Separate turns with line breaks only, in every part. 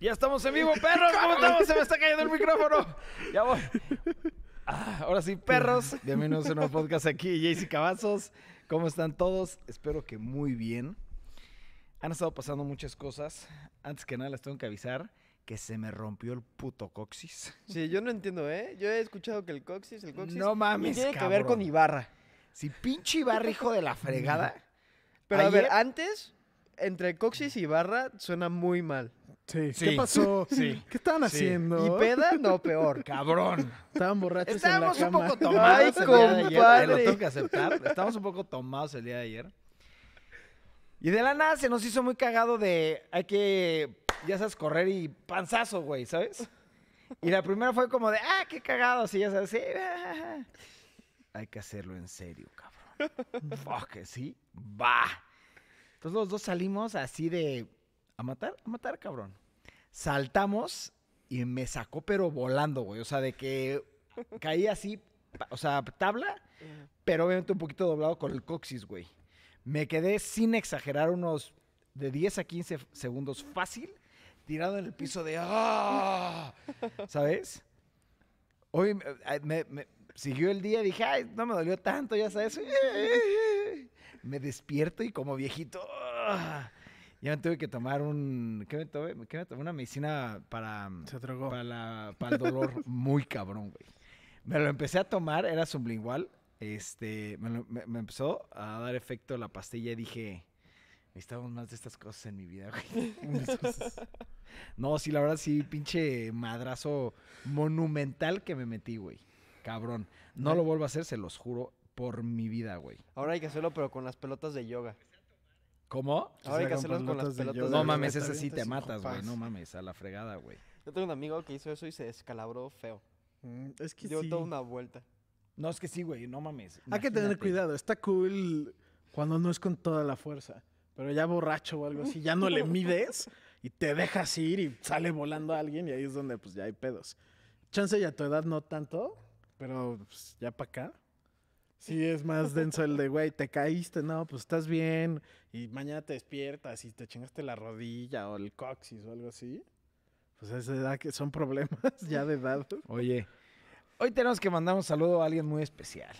Ya estamos en vivo, perros. ¿Cómo estamos? Se me está cayendo el micrófono. Ya voy. Ah, ahora sí, perros. Bienvenidos a un nuevo podcast aquí, Jaycee Cavazos. ¿Cómo están todos? Espero que muy bien. Han estado pasando muchas cosas. Antes que nada, les tengo que avisar que se me rompió el puto coxis.
Sí, yo no entiendo, ¿eh? Yo he escuchado que el coxis, el coxis...
No mames,
Tiene que ver
cabrón.
con Ibarra.
Si pinche Ibarra, hijo de la fregada.
Pero a
Ayer-
ver, antes, entre coxis y Ibarra suena muy mal.
Sí.
Sí,
¿Qué pasó?
sí,
¿Qué estaban
sí.
haciendo?
Y peda, no, peor.
Cabrón.
Estaban borrachos
Estábamos
en la
un
cama.
poco tomados.
Ay,
el día de ayer, te Lo
compadre.
tengo que aceptar. Estábamos un poco tomados el día de ayer. Y de la nada se nos hizo muy cagado de hay que, ya sabes, correr y panzazo, güey, ¿sabes? Y la primera fue como de, ah, qué cagado, así, ya sabes, sí. ah, ah, ah. Hay que hacerlo en serio, cabrón. Fuck, sí, va. Entonces los dos salimos así de, a matar, a matar, cabrón. Saltamos y me sacó pero volando, güey. O sea, de que caí así, pa- o sea, tabla, pero obviamente un poquito doblado con el coxis, güey. Me quedé sin exagerar unos de 10 a 15 f- segundos fácil, tirado en el piso de ¡ah! ¿Sabes? Hoy me, eh, me- me- siguió el día, dije, ay, no me dolió tanto, ya sabes. Me despierto y como viejito, ¡ah! ya me tuve que tomar un, ¿qué me tomé? ¿Qué me tomé? Una medicina para... mm,
Se drogó.
Para, la- para el dolor muy cabrón, güey. Me lo empecé a tomar, era sublingual. Este, me, lo- me- me empezó a dar efecto la pastilla y dije, necesitamos más de estas cosas en mi vida, güey. no, sí, la verdad, sí, pinche madrazo monumental que me metí, güey. Cabrón. No lo vuelvo a hacer, se los juro, por mi vida, güey.
Ahora hay que hacerlo, pero con las pelotas de yoga.
¿cómo?
Ahora hay que
sacan
hacerlo con las
pelotas de
pelotas de
yoga.
yoga.
No mames,
está
ese sí
bien,
te
está
matas, güey.
psicopas.
No mames, a la fregada, güey.
Yo tengo un amigo que hizo eso y se descalabró feo.
Mm, Es que
Dio
sí.
toda una vuelta.
No, es que sí, güey, no mames.
Hay que tener
Imagínate.
cuidado. Está cool cuando no es con toda la fuerza. Pero ya borracho o algo así, ya no le mides y te dejas ir y sale volando a alguien y ahí es donde pues ya hay pedos. Chance y a tu edad no tanto, pero pues, ya para acá. Sí, es más denso el de, güey, te caíste, no, pues estás bien y mañana te despiertas y te chingaste la rodilla o el coxis o algo así. Pues a esa edad que son problemas ya de edad.
Oye, hoy tenemos que mandar un saludo a alguien muy especial.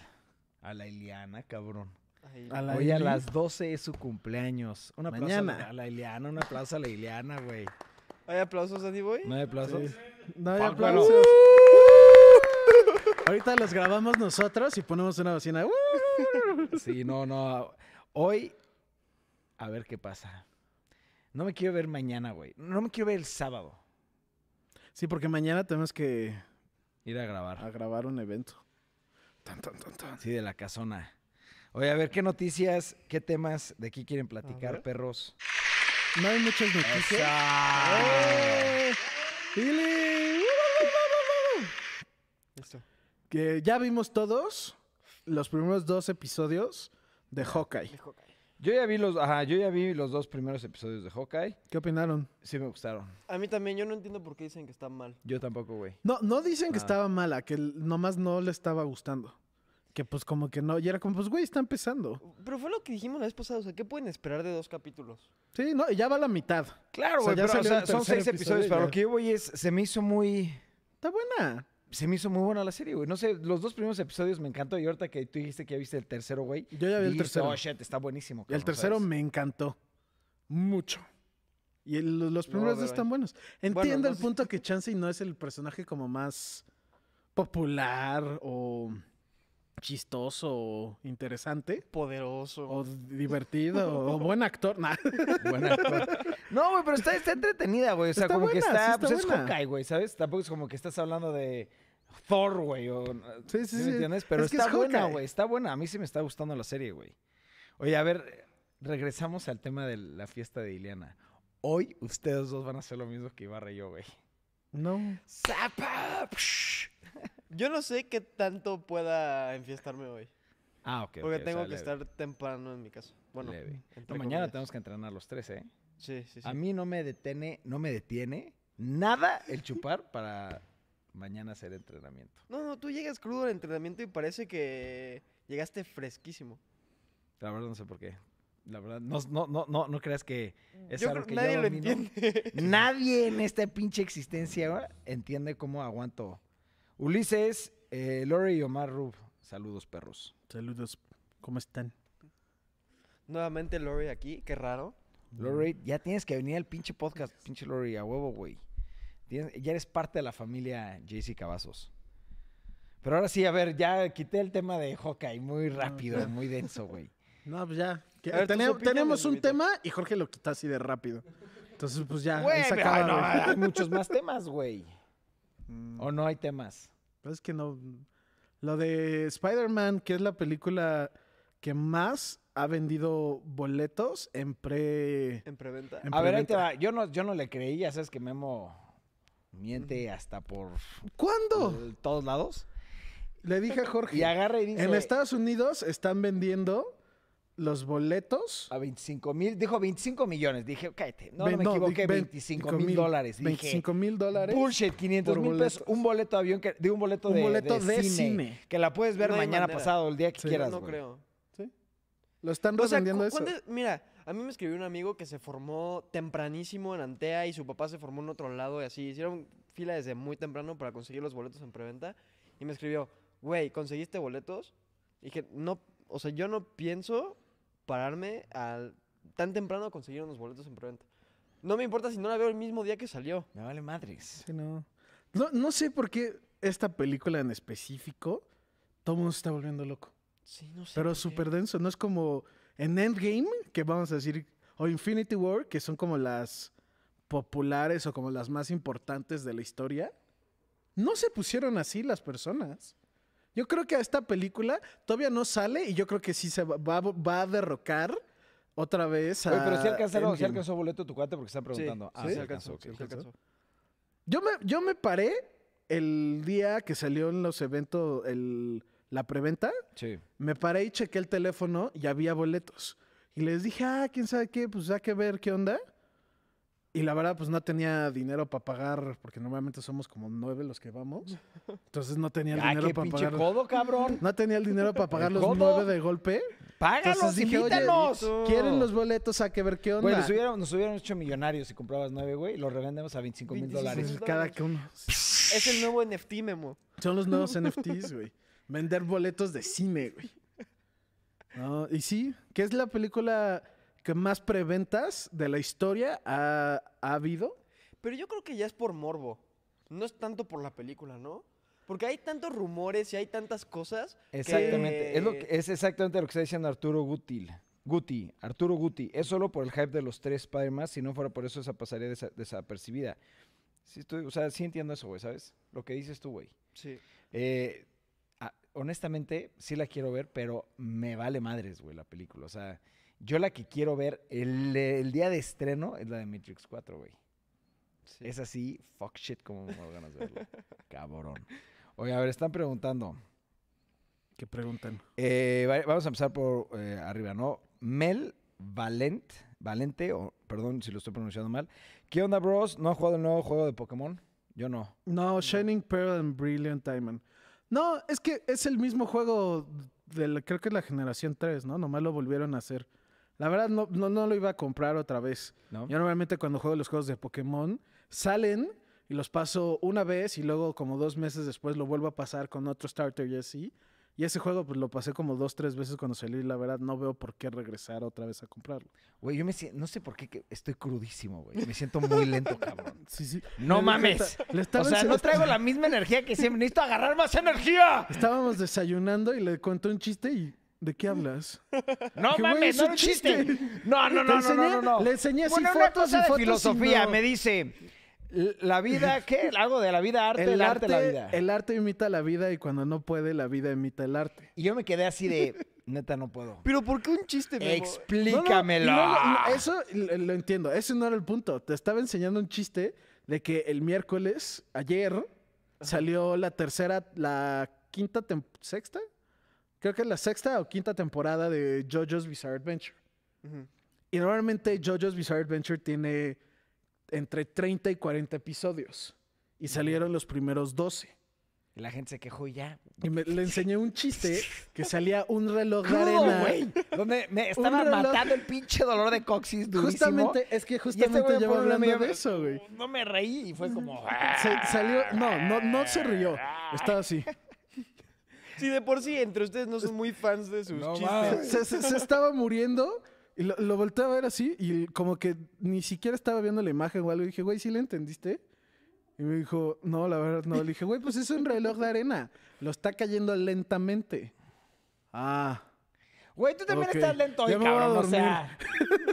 A la Iliana, cabrón.
Ay,
A la
hoy a
Ili.
las 12 es su cumpleaños. Un aplauso a la-
Mañana.
a la Iliana, un aplauso a la Iliana, güey.
¿Hay aplausos, Danny Boy?
¿No hay aplausos?
No hay
Fuck,
aplausos.
bueno.
Ahorita los grabamos nosotros y ponemos una bocina. ¡Uh!
Sí, no, no. Hoy, a ver qué pasa. No me quiero ver mañana, güey. No me quiero ver el sábado.
Sí, porque mañana tenemos que
Ir a grabar.
a grabar un evento. Tan, tan, tan, tan.
Sí, de la casona. Oye, a ver, ¿qué noticias, qué temas de aquí quieren platicar,
ver.
perros?
No hay muchas noticias.
¡Esa!
¡Eh! Ili.
Listo.
Que ya vimos todos los primeros dos episodios de Hawkeye.
Dijo,
Yo ya vi los, ajá, yo ya vi los dos primeros episodios de Hawkeye.
¿Qué opinaron?
Sí me gustaron.
A mí también, yo no entiendo por qué dicen que está mal.
Yo tampoco, güey.
No, no dicen que
Ah.
estaba mala, que l- nomás no le estaba gustando. Que pues como que no. Y era como, pues güey, está empezando.
Pero fue lo que dijimos la vez pasada, o sea, ¿qué pueden esperar de dos capítulos?
Sí, no, y ya va la mitad.
Claro,
O sea,
güey,
ya
pero o
salió
sea,
el
son
tercer
seis episodios,
episodio
pero
ya.
lo que yo voy es, se me hizo muy,
Está buena.
se me hizo muy buena la serie, güey. No sé, los dos primeros episodios me encantó y ahorita que tú dijiste que ya viste el tercero, güey.
Yo ya vi el
dijiste,
tercero.
Oh, shit, está buenísimo.
Y el
cabrón",
tercero
¿sabes?
me encantó. Mucho. Y el- los, los
No,
primeros
pero
dos
ahí-
están buenos.
Bueno, no
Entiendo el
sé.
punto que Chansey no es el personaje como más popular o chistoso o interesante
Poderoso.
o divertido o buen actor. Nah.
Buen actor. No, güey, pero está, está entretenida, güey. O sea,
Está
como que
buena,
está,
sí está
pues es
buena.
Hawkeye, güey, ¿sabes? Tampoco es como que estás hablando de Thor, güey, o...
Sí, sí,
¿Sí me
sí.
entiendes? Pero
Es que
está
es
buena,
Hawkeye.
güey. Está buena. A mí sí me está gustando la serie, güey. Oye, a ver, regresamos al tema de la fiesta de Ileana. Hoy ustedes dos van a hacer lo mismo que Ibarra y yo, güey.
No.
¡Zapa! Psh.
Yo no sé qué tanto pueda enfiestarme hoy.
Ah, ok. ok,
Porque
o
tengo
sea,
que
leve,
estar temprano en mi casa. Bueno,
leve. No,
entre
mañana
comillas.
tenemos que entrenar los tres, ¿eh?
Sí, sí, sí.
A mí no me detiene, no me detiene nada el chupar para mañana hacer entrenamiento.
No, no, tú llegas crudo al entrenamiento y parece que llegaste fresquísimo.
La verdad no sé por qué. La verdad, no, no, no, no, no creas que es
Yo
algo
creo
que
que
yo
nadie lo
domino.
entiende.
Nadie en esta pinche existencia güey, entiende cómo aguanto. Ulises, eh, Lore y Omar Rub. Saludos, perros.
Saludos. ¿Cómo están?
Nuevamente Lori aquí, qué raro.
Lore, ya tienes que venir al pinche podcast, pinche Lore, a huevo, güey. Tienes- Ya eres parte de la familia JC Cavazos. Pero ahora sí, a ver, ya quité el tema de Hawkeye muy rápido, muy denso, güey.
No, pues ya. Que-
A ver, tus
tenemos-
opiniones,
tenemos un
Lupita.
tema y Jorge lo quita así de rápido. Entonces, pues ya. ahí
Güey,
se
pero-
acaba,
ay, no,
güey.
hay muchos más temas, güey.
Mm,
O no hay temas.
pues es que no. Lo de Spider-Man, que es la película que más ha vendido boletos en pre.
En preventa.
En-
A ver, ahí te
preventa.
va. Yo no, yo no le creí, ya sabes que Memo miente hasta por
¿Cuándo?
l- todos lados.
Le dije a Jorge.
Y agarra y dice
En Estados Unidos están vendiendo los boletos.
a 25 mil, dijo 25 millones. Dije, cállate, no, no
Ve-
me
di-
equivoqué,
ve-
25 mil dólares. Dije,
25 mil dólares.
bullshit, 500
por
mil pesos,
boletos.
un boleto de avión, que, digo, un boleto
Un
de,
boleto
de
de
cine,
cine.
Que la puedes ver
No hay
mañana
manera.
pasado, el día que
Sí.
quieras,
no
güey.
creo.
Lo están
O sea,
revendiendo
cu-
eso.
¿cuándo- mira, a mí me escribió un amigo que se formó tempranísimo en Antea y su papá se formó en otro lado y así. Hicieron fila desde muy temprano para conseguir los boletos en preventa. Y me escribió, güey, ¿conseguiste boletos? Y dije, no, o sea, yo no pienso pararme al- tan temprano a conseguir unos boletos en preventa. No me importa si no la veo el mismo día que salió.
Me vale madres.
Sí, no. No, no sé por qué esta película en específico todo el mundo se está volviendo loco.
Sí, no sé.
Pero
por qué.
súper denso. No es como en Endgame, que vamos a decir, o Infinity War, que son como las populares o como las más importantes de la historia. No se pusieron así las personas. Yo creo que a esta película todavía no sale y yo creo que sí se va, va- va a derrocar otra vez a.
Oye, pero si alcanzaron, si
Endgame.
alcanzó boleto tu cuate porque están
Sí,
preguntando. ah,
sí,
sí,
se
alcanzó,
alcanzó,
ok.
sí
ok.
alcanzó.
Yo me, yo me paré el día que salió en los eventos el- la preventa.
Sí.
Me paré y chequé el teléfono y había boletos. Y les dije, ah, quién sabe qué, pues hay que ver qué onda. Y la verdad, pues no tenía dinero para pagar, porque normalmente somos como nueve los que vamos. Entonces no tenía el
Ah,
dinero
qué
para
pinche
pagar.
codo, cabrón.
No tenía el dinero para pagar los
codo.
nueve de golpe.
Págalos,
Entonces dije, oye,
invítanos.
Vito.
¿Quieren los boletos? Hay que ver qué onda.
Güey, nos hubieran, nos hubieran hecho millonarios si comprabas nueve, güey, y los revendemos a 25 mil
25
dólares.
Entonces, Cada que uno.
Es el nuevo NFT, Memo.
Son los nuevos NFTs, güey. Vender boletos de cine, güey. No, y sí, que es la película que más preventas de la historia ha, ha habido.
Pero yo creo que ya es por morbo. No es tanto por la película, ¿no? Porque hay tantos rumores y hay tantas cosas. que-
Exactamente. Es, lo que- es exactamente lo que está diciendo Arturo Gutil. Guti, Arturo Guti. Es solo por el hype de los tres Spider-Man. Si no fuera por eso, esa pasaría desa- desapercibida. Sí estoy- o sea, sí entiendo eso, güey, ¿sabes? Lo que dices tú, güey.
Sí.
Eh, a- honestamente, sí la quiero ver, pero me vale madres, güey, la película. O sea, yo la que quiero ver el, el día de estreno es la de Matrix 4, güey.
sí.
Es así, fuck shit, como me dan ganas de verlo. Cabrón. Oye, a ver, están preguntando.
Que preguntan.
Eh, va- vamos a empezar por eh, arriba, ¿no? Mel Valent, Valente, o perdón si lo estoy pronunciando mal. ¿Qué onda, bros? ¿No han jugado el nuevo juego de Pokémon? Yo no.
No, Shining Pearl and Brilliant Diamond. No, es que es el mismo juego de la- creo que es la generación 3, ¿no? Nomás lo volvieron a hacer. La verdad, no, no, no lo iba a comprar otra vez.
¿No?
Yo normalmente cuando juego los juegos de Pokémon salen y los paso una vez y luego como dos meses después lo vuelvo a pasar con otro starter y así. Y ese juego pues lo pasé como dos, tres veces cuando salí. La verdad no veo por qué regresar otra vez a comprarlo.
Güey, yo me siento, no sé por qué que estoy crudísimo, güey. Me siento muy lento, cabrón.
Sí, sí.
¡No mames!
Le
O
estaba-
sea, no traigo la misma energía que siempre. Necesito agarrar más energía.
Estábamos desayunando y le conté un chiste y... ¿De qué hablas?
Mm. No
Dije, güey,
mames,
es
no
un
era un chiste.
chiste.
No, no, no,
Le
no,
enseñé-
no, no, no.
le enseñé así
Bueno, una
fotos y
cosa de
fotos y
filosofía.
no.
Me dice, l- la vida, ¿qué? Algo de la vida, arte, el, arte, la vida.
el arte imita la vida y cuando no puede, la vida imita el arte.
Y yo me quedé así de, neta, no puedo.
Pero ¿por qué un chiste, Memo?
No, no,
Explícamelo.
no, no, no, eso lo, lo entiendo. Ese no era el punto. Te estaba enseñando un chiste de que el miércoles, ayer, salió la tercera, la quinta, tem- sexta. Creo que es la sexta o quinta temporada de JoJo's Bizarre Adventure.
Ujú.
Y normalmente JoJo's Bizarre Adventure tiene entre 30 y 40 episodios. Y salieron los primeros 12.
Y la gente se quejó y ya.
Y me- le enseñé un chiste que salía un reloj de
Crudo,
arena.
güey. Donde me estaba
reloj.
matando el pinche dolor de coxis durísimo. este
Justamente, es que justamente
güey
llevo
por un lado
hablando
medio-
de eso, güey.
No me reí y fue como... "Ah".
Se- salió, no, no, no se rió. Estaba así.
Sí, de por sí, entre ustedes no son muy fans de sus
No
chistes.
mames.
Se, se- se estaba muriendo y lo, lo volteé a ver así y como que ni siquiera estaba viendo la imagen o algo. Y dije, güey, ¿sí le entendiste? Y me dijo, no, la verdad no. Le dije, güey, pues es un reloj de arena. Lo está cayendo lentamente. Ah.
Güey, tú también
Ok.
estás lento hoy,
Ya me voy a
cabrón. O
dormir.
sea,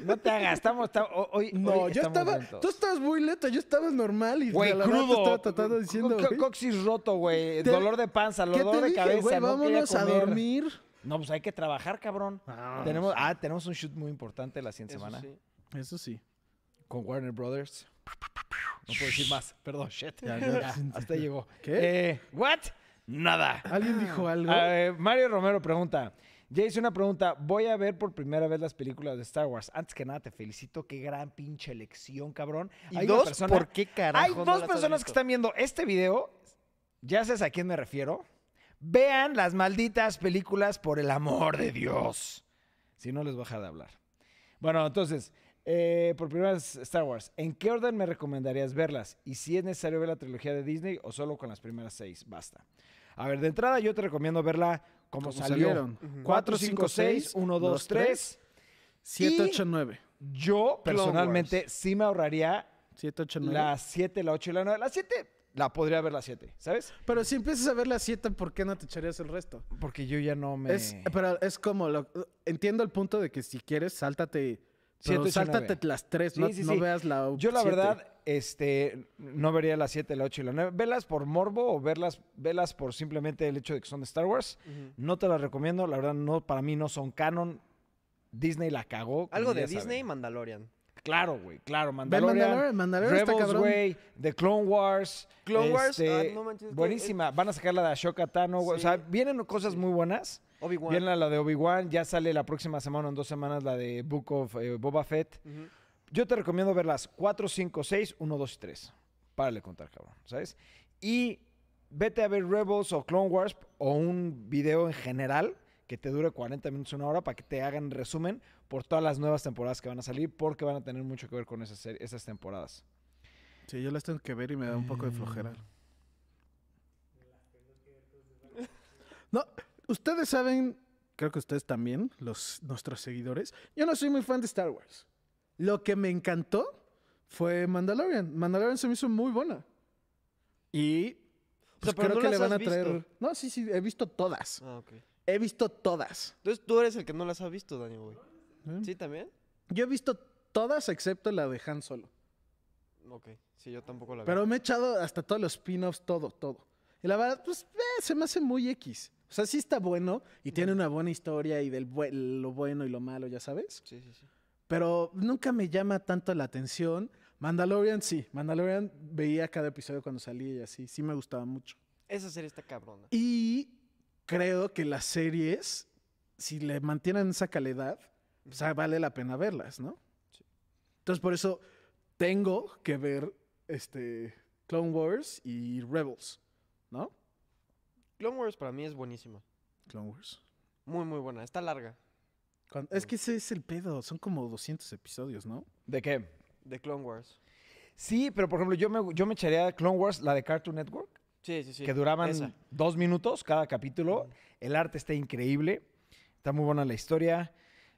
no te hagas. Estamos... ta- ho- hoy,
No,
hoy
yo
estamos
estaba,
lentos.
tú estabas muy lento, yo estaba normal y
Güey,
de la verdad te
crudo.
estaba tratando
Co-
diciendo,
co-
güey,
Coxis roto, güey.
Te-
Dolor de panza,
¿qué
dolor
te
de
dije,
cabeza.
güey?
no quería
vámonos a
comer.
dormir.
No, pues hay que trabajar, cabrón. Tenemos, ah, tenemos un shoot muy importante la siguiente
Eso
semana
sí.
Eso sí.
con Warner Brothers. No puedo decir más. Perdón, shit.
Ya, ya.
Ya, hasta ahí llegó.
¿Qué?
Eh, ¿What? Nada.
¿Alguien dijo algo?
Eh, Mario Romero pregunta. Jason, una pregunta. Voy a ver por primera vez las películas de Star Wars. Antes que nada, te felicito. Qué gran pinche elección, cabrón.
Y
Hay una
dos,
persona-
¿por qué carajo?
Hay
no
dos
las has
personas que
visto?
están viendo este video. Ya sabes a quién me refiero. Vean las malditas películas por el amor de Dios. Si no, les voy a dejar de hablar. Bueno, entonces, eh, por primera vez Star Wars, ¿en qué orden me recomendarías verlas? Y si es necesario ver la trilogía de Disney o solo con las primeras seis, basta. A ver, de entrada yo te recomiendo verla como,
Como
salieron.
salieron.
4, 5, 6, 1, 2, 3.
7, 8, 9.
Yo
Clone Wars.
personalmente sí me ahorraría
7, 8, 9.
la 7, la 8 y la 9. La 7 la podría ver la 7, ¿sabes?
Pero si empiezas a ver las 7, ¿por qué no te echarías el resto?
Porque yo ya no me...
Es, pero es como, lo, entiendo el punto de que si quieres, sáltate,
Siete,
pero
ocho,
sáltate
nueve.
las 3,
Sí,
no,
sí,
no
sí.
veas la
Yo la
siete.
verdad, este, no vería la 7, la 8 y la 9. Velas por morbo o verlas, velas por simplemente el hecho de que son de Star Wars.
Ujú.
No te las recomiendo, la verdad, no, para mí no son canon. Disney la cagó. como
Algo
ya
de
saben.
Disney y Mandalorian.
Claro, güey, claro.
Ve
Mandalorian,
Mandalorian, Mandalorian está
Rebels,
cabrón.
güey, The Clone Wars.
Clone Wars,
este,
ah, no manches, es que-
buenísima. Van a sacar la de Ashoka Tano, güey. O
Sí.
sea, vienen cosas muy buenas.
Obi-Wan.
Viene la- la de Obi-Wan, ya sale la próxima semana, o en dos semanas, la de Book of eh, Boba Fett.
Ujú.
Yo te recomiendo verlas 4, 5, 6, 1, 2 y 3. Párale de contar, cabrón, ¿sabes? Y vete a ver Rebels o Clone Wars o un video en general que te dure 40 minutos, una hora, para que te hagan resumen por todas las nuevas temporadas que van a salir, porque van a tener mucho que ver con esas, serie- esas temporadas.
Sí, yo las tengo que ver y me da un poco de flojera. No, ustedes saben, creo que ustedes también, los nuestros seguidores, yo no soy muy fan de Star Wars. Lo que me encantó fue Mandalorian. Mandalorian se me hizo muy buena.
O
Y
sea,
pues,
pero
creo
no
que le
las
van a
has
traer.
visto.
No, sí, sí, he visto todas.
Ah, ok.
He visto todas.
Entonces tú eres el que no las ha visto, Dani, güey. ¿Sí también?
Yo he visto todas excepto la de Han Solo.
Ok. Sí, yo tampoco la vi.
Pero me he echado hasta todos los spin-offs, todo, todo. Y la verdad, pues eh, se me hace muy X. O sea, sí está bueno y tiene una buena historia y del bue- lo bueno y lo malo, ya sabes.
Sí, sí, sí.
Pero nunca me llama tanto la atención. Mandalorian sí, Mandalorian veía cada episodio cuando salía y así, sí me gustaba mucho.
Esa serie está cabrona.
Y creo que las series, si le mantienen esa calidad, pues, ah, vale la pena verlas, ¿no?
Sí.
Entonces, por eso tengo que ver este Clone Wars y Rebels, ¿no?
Clone Wars para mí es buenísima.
Clone Wars.
Muy, muy buena. Está larga.
Cuan- Es que ese es el pedo, son como 200 episodios, ¿no?
¿De qué?
De Clone Wars.
Sí, pero por ejemplo, yo me, yo me echaría Clone Wars, la de Cartoon Network.
Sí, sí, sí.
que duraban
Esa.
dos minutos cada capítulo. El arte está increíble. Está muy buena la historia.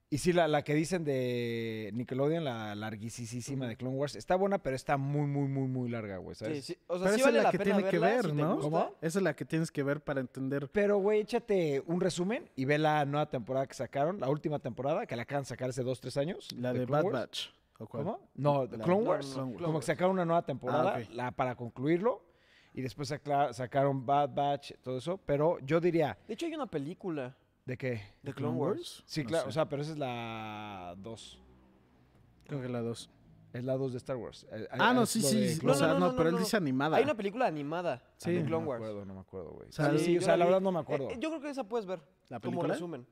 Y sí, la, la que dicen de Nickelodeon, la larguisísima de Clone Wars, está buena, pero está muy, muy, muy, muy larga, güey,
Sí,
¿sabes?
sí. O sea,
Pero
sí
esa
vale
es
la
la que
pena
tiene que
verla
ver,
si te
¿no?
gusta.
¿Cómo?
Esa es la que tienes que ver para entender.
Pero, güey, échate un resumen y ve la nueva temporada que sacaron, la última temporada, que la acaban de sacar hace dos, tres años.
La de,
Clone
Bad
Wars.
Batch. ¿o cuál?
¿Cómo? No, de
La-
Clone
no,
Wars.
no,
Clone
Clone
Wars.
Como que sacaron una nueva temporada
Ah, ok.
la, para concluirlo. Y después sacla- sacaron Bad Batch, todo eso. Pero yo diría,
De hecho, hay una película
¿de qué?
de Clone Wars.
Sí,
No
claro,
sé.
o sea, pero esa es la 2.
creo que la 2.
Es la 2 de Star Wars. Eh,
Ah, no,
es
sí,
lo
sí.
de
sí,
Clone
O sea,
Wars. Ah,
no,
No, no, no,
pero él
no,
dice animada.
Hay una película animada
Sí.
de
No
Clone
me
Wars.
acuerdo, no me acuerdo, güey.
sea,
Sí,
sí,
o sea, la
vi.
verdad no me acuerdo.
Eh, yo creo que esa puedes ver.
¿La
como
película?
resumen.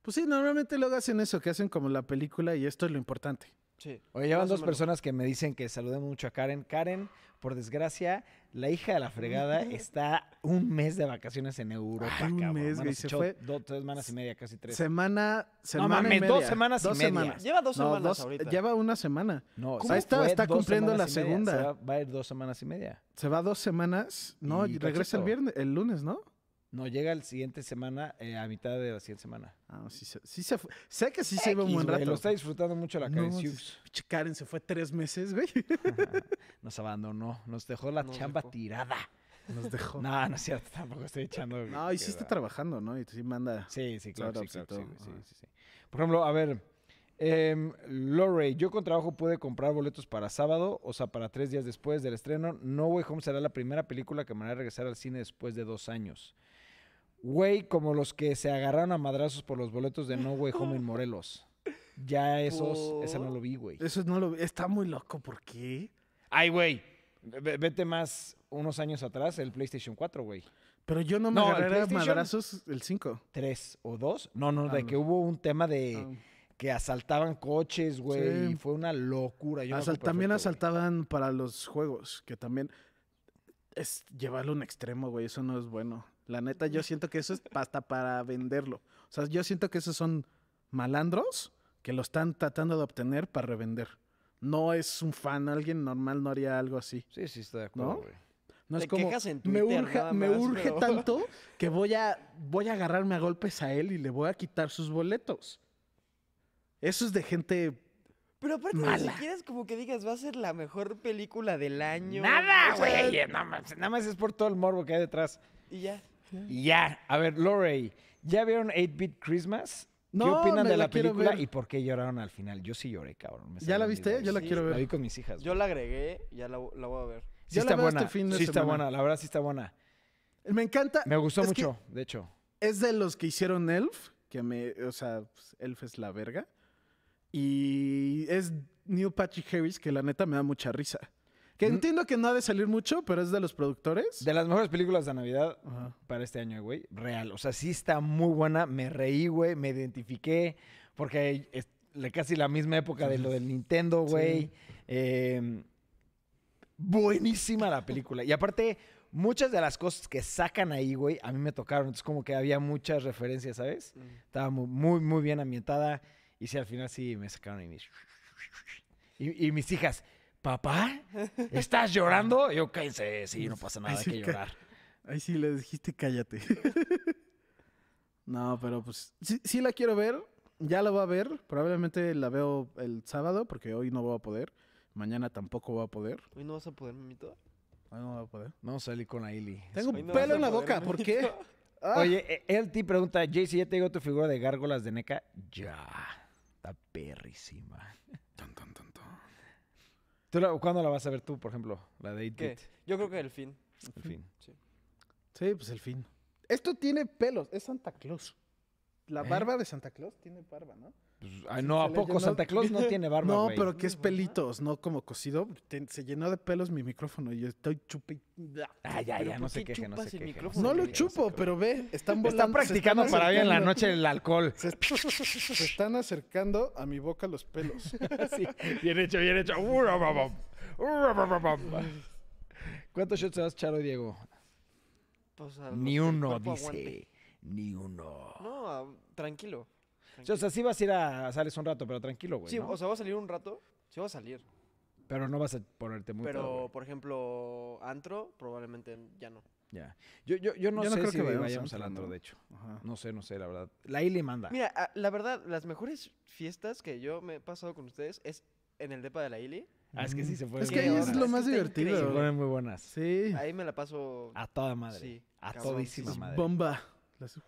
Pues sí, normalmente luego hacen eso, que hacen como la película y esto es lo importante.
Sí.
Oye, llevan
más o
dos
menos.
personas que me dicen que saludemos mucho a Karen. Karen, por desgracia, La hija de la fregada está un mes de vacaciones en Europa,
Ay, un
cabrón.
mes,
Bueno,
güey,
se
se
echó
fue-
Dos, tres semanas y media, casi tres.
Semana, semana y
mames,
media.
dos semanas y
Dos
media.
semanas.
Lleva dos
No,
semanas
dos-
ahorita.
Lleva una semana.
No, o
¿Cómo?
sea,
Está-
fue
está
dos
cumpliendo
semanas
la
y media.
segunda.
Se va, va a ir dos semanas y media.
Se va dos semanas. No,
Y
regresa
cachito.
el viernes, el lunes, ¿no?
No, llega la siguiente semana, eh, a mitad de la siguiente semana.
Ah, sí, se- sí se fue. Sé que sí se iba un
X,
buen
güey,
rato.
Lo está disfrutando mucho la Karen
No,
Hughes.
Pinche Karen se fue tres meses, güey.
Nos abandonó, nos dejó la
Nos
chamba
dejó.
tirada.
Nos dejó. no,
No, no es cierto, tampoco estoy echando.
y sí está
mierda.
trabajando, ¿no? Y sí manda.
Sí, sí, claro, sí,
Startups y
claro, sí,
todo,
sí,
ajá.
sí, sí. Por ejemplo, a ver, em, Lore, yo con trabajo pude comprar boletos para sábado, o sea, para tres días después del estreno. No Way Home será la primera película que me hará regresar al cine después de dos años. Güey, como los que se agarraron a madrazos por los boletos de No Way Home en Morelos. Ya esos, esa no
¿Por?
lo vi, güey.
Eso no lo. Está muy loco, ¿por qué?
Ay, güey, ve- vete más unos años atrás, el PlayStation 4, güey.
Pero yo no me
No, el
agarré a
PlayStation-
madrazos el 5.
¿Tres o dos? No, no, Ah. de
Ah,
que
no.
hubo un tema de...
Ah.
que asaltaban coches, güey,
Sí.
y fue una locura. Yo me acuerdo
también
perfecto,
asaltaban para los juegos, que también es llevarlo a un extremo, güey. Eso no es bueno. La neta, yo siento que eso es hasta para venderlo. O sea, yo siento que esos son malandros que lo están tratando de obtener para revender. No es un fan, alguien normal no haría algo así.
güey. Sí, sí, estoy de acuerdo,
¿No?
güey.
No es
Te
como
quejas en
me
Twitter,
urge,
nada
me
más,
urge
pero-
tanto que voy a voy a agarrarme a golpes a él y le voy a quitar sus boletos. Eso es de gente
Pero aparte, ni
Mala.
siquiera es como que digas, va a ser la mejor película del año.
Nada,
O sea,
güey. Nada más, nada más es por todo el morbo que hay detrás.
Y ya.
Y ya. A ver, Lorey, ¿ya vieron 8-Bit Christmas? ¿Qué
No,
opinan
me
de
la
la
quiero
película
ver.
y por qué lloraron al final? Yo sí lloré, cabrón. me
¿Ya
salieron
la viste?
videos.
Yo la
Sí,
quiero
La
ver.
vi con mis hijas.
Yo
güey.
la agregué, ya la, la voy a ver.
Sí
yo la
está
veo este
buena.
fin de
sí está
semana.
buena, la verdad sí está buena.
me encanta.
Me gustó
Es que
mucho, de hecho.
es de los que hicieron Elf, que me, o sea, pues, Elf es la verga. Y es New Patrick Harris, que la neta me da mucha risa. Que
Mm.
entiendo que no ha de salir mucho, pero es de los productores.
De las mejores películas de Navidad
Ajá.
para este año, güey. Real. O sea, sí está muy buena. Me reí, güey. Me identifiqué. Porque es la- casi la misma época de lo del Nintendo, güey. Eh, buenísima la película. Y aparte, muchas de las cosas que sacan ahí, güey, a mí me tocaron. Entonces, como que había muchas referencias, ¿sabes? Estaba mu- muy, muy, bien ambientada. Y sí, al final sí me sacaron y mis, y, y mis hijas, papá, ¿estás llorando? Y yo, cállense, sí, no pasa nada, hay
Así
que
que-
llorar.
Ahí sí le dijiste cállate. no, pero pues sí, sí la quiero ver. Ya la voy a ver. Probablemente la veo el sábado porque hoy no voy a poder. Mañana tampoco voy a poder.
Hoy no vas a poder, mamito.
Hoy no voy a poder.
Vamos a salir con la Ili.
Tengo
Hoy no vas
pelo
a
en la
poder,
boca. ¿Por qué?
mamito.
Ah.
Oye, eh, LT pregunta, JC, ¿ya te llegó tu figura de gárgolas de NECA? Ya. Está perrísima.
Tan, tan, tan, tan.
¿Tú la- ¿Cuándo la vas a ver tú, por ejemplo? La de 8
¿Qué?
Bit.
Yo creo que el fin.
En fin.
Sí, pues el fin. Esto tiene pelos. Es Santa Claus. La
¿Eh?
barba de Santa Claus tiene barba, ¿no?
Pues, ay, no,
se
¿a
le
poco?
llenó-
Santa Claus no tiene barba,
no,
güey.
pero que es
¿Tiene barba?
pelitos, no como cocido. Te- se llenó de pelos mi micrófono y yo estoy chupi.
Ah, ya,
¿Pero
ya, no
por
se
qué
queje, no
chupas
se
el
queje.
micrófono,
pues, No lo
se queje, se
chupo,
queje.
pero ve, están volando.
Están practicando para hoy en la noche el alcohol.
Se, se están acercando a mi boca los pelos.
Sí, bien hecho, bien hecho. Urababam, urababam. ¿Cuántos shots te vas a echar hoy, Diego?
Pues, a los que
Ni
el
uno,
cuerpo aguante.
dice. Ni uno.
No, ah, tranquilo.
Sí, O sea, sí vas a ir a... Sales un rato, pero tranquilo, güey,
Sí,
¿no?
o sea, va a salir un rato. Sí, va a salir.
Pero no vas a ponerte muy pedo,
pero,
güey.
por ejemplo, antro, probablemente ya no.
Ya. Yo, yo, yo no
Yo no
sé
creo
si
que vayamos a
vayamos al
antro,
antro,
¿no?
de hecho.
Ajá.
No sé, no sé, la verdad. La Ili manda.
Mira, ah, la verdad, las mejores fiestas que yo me he pasado con ustedes es en el depa de la Ili.
Ah, es que sí se fue.
Es que ahí es lo
Es que
más
está
Se
increíble.
divertido.
ponen muy buenas.
Sí.
Ahí me la paso.
A toda madre.
Sí,
a
cabrón,
todísima
Es
madre.
bomba. Las-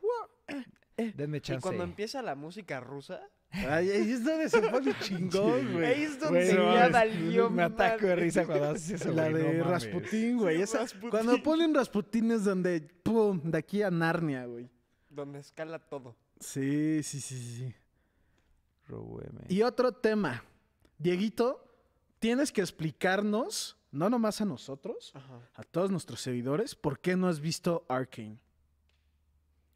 Denme
y
chance.
cuando empieza la música rusa,
Ay, ahí es donde se pone chingón,
ahí
güey.
es donde
Güey, no
ya
mames,
valió.
Me ataco de
madre.
risa cuando haces eso,
La
güey, no
de
mames.
Rasputín, güey.
Sí,
esa-
Rasputín.
Cuando ponen Rasputín es donde, pum, de aquí a Narnia, güey.
Donde escala todo.
Sí, sí, sí, sí, sí.
Robeme.
Y otro tema. Dieguito, tienes que explicarnos, no nomás a nosotros,
Ajá.
a todos nuestros seguidores, por qué no has visto Arkane.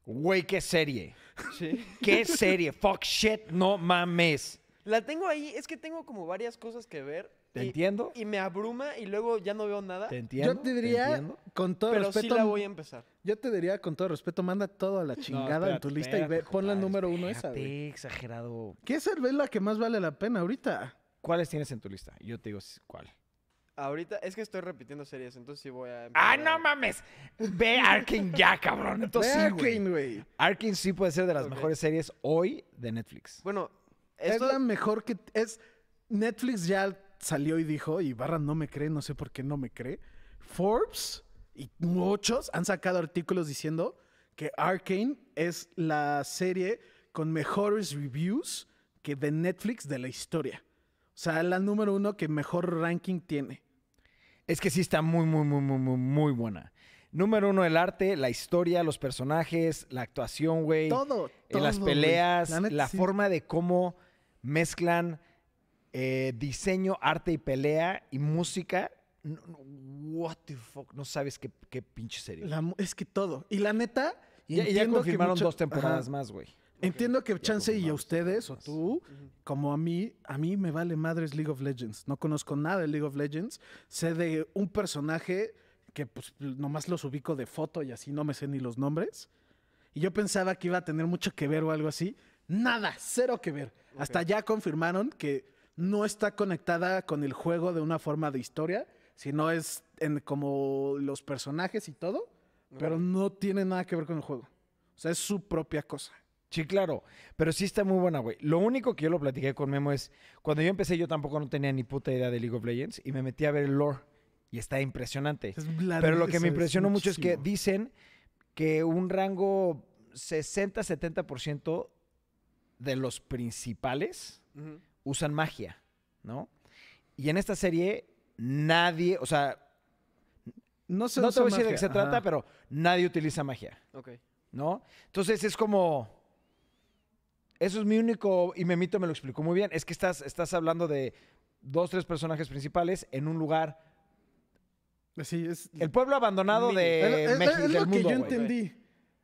Güey, qué serie.
Sí.
Qué serie. Fuck shit, no mames.
La tengo ahí, es que tengo como varias cosas que ver
Te
Y-
entiendo.
Y me abruma y luego ya no veo nada.
Te entiendo.
yo te diría,
entiendo.
con todo
pero sí
respeto,
la voy a empezar.
yo te diría con todo respeto, manda todo a la chingada en tu
espérate,
lista y ve,
espérate,
pon la
compadre,
número uno esa,
espérate,
güey.
exagerado.
¿Qué cerveza es la que más vale la pena ahorita?
¿Cuáles tienes en tu lista? Yo te digo si- cuál.
Ahorita es que estoy repitiendo series, entonces sí voy a.
¡Ah,
empezar a-
no mames! Ve Arkane ya, cabrón. Entonces
Ve
sí, güey.
Arcane, güey.
Arkane sí puede ser de las
Ok.
mejores series hoy de Netflix.
Bueno,
Es
esto-
la mejor que es Netflix ya salió y dijo y Barra no me cree, no sé por qué no me cree. Forbes y muchos han sacado artículos diciendo que Arkane es la serie con mejores reviews que de Netflix de la historia. O sea, la número uno que mejor ranking tiene.
Es que sí está muy, muy, muy, muy, muy, muy buena. Número uno, el arte, la historia, los personajes, la actuación, güey.
Todo,
eh, las
todo, güey.
peleas, la,
neta, sí.
forma de cómo mezclan eh, diseño, arte y pelea y música. No- no, what the fuck, no sabes qué, qué pinche serie.
La mu- es que todo. Y la neta.
Y ya,
entiendo que
confirmaron
mucho-
dos temporadas
Ajá.
más, güey.
Entiendo que Chance y a
confirmamos.
ustedes o tú, como a mí, a mí me vale madres League of Legends. No conozco nada de League of Legends. Sé de un personaje que pues nomás los ubico de foto y así no me sé ni los nombres. Y yo pensaba que iba a tener mucho que ver o algo así. Nada, cero que ver. Hasta ya confirmaron que no está conectada con el juego de una forma de historia, sino es en como los personajes y todo, pero no tiene nada que ver con el juego. O sea, es su propia cosa.
Sí, claro. Pero sí está muy buena, güey. Lo único que yo lo platiqué con Memo es, cuando yo empecé yo tampoco no tenía ni puta idea de League of Legends y me metí a ver el lore y está impresionante.
Es bland-
Pero lo que
eso
me impresionó mucho es que
muchísimo.
dicen que un rango 60-70% de los principales
Ujú.
usan magia, ¿no? Y en esta serie nadie, o sea,
no, se
no te
usa
voy a decir de
magia,
qué se
ajá.
trata, pero nadie utiliza magia.
Ok.
¿no? Entonces es como. Eso es mi único. Y Memito me lo explicó muy bien. Es que estás, estás hablando de dos, tres personajes principales en un lugar.
Sí, es,
El pueblo abandonado de
es- es-
México.
es
del
lo que
mundo,
yo
güey.
entendí.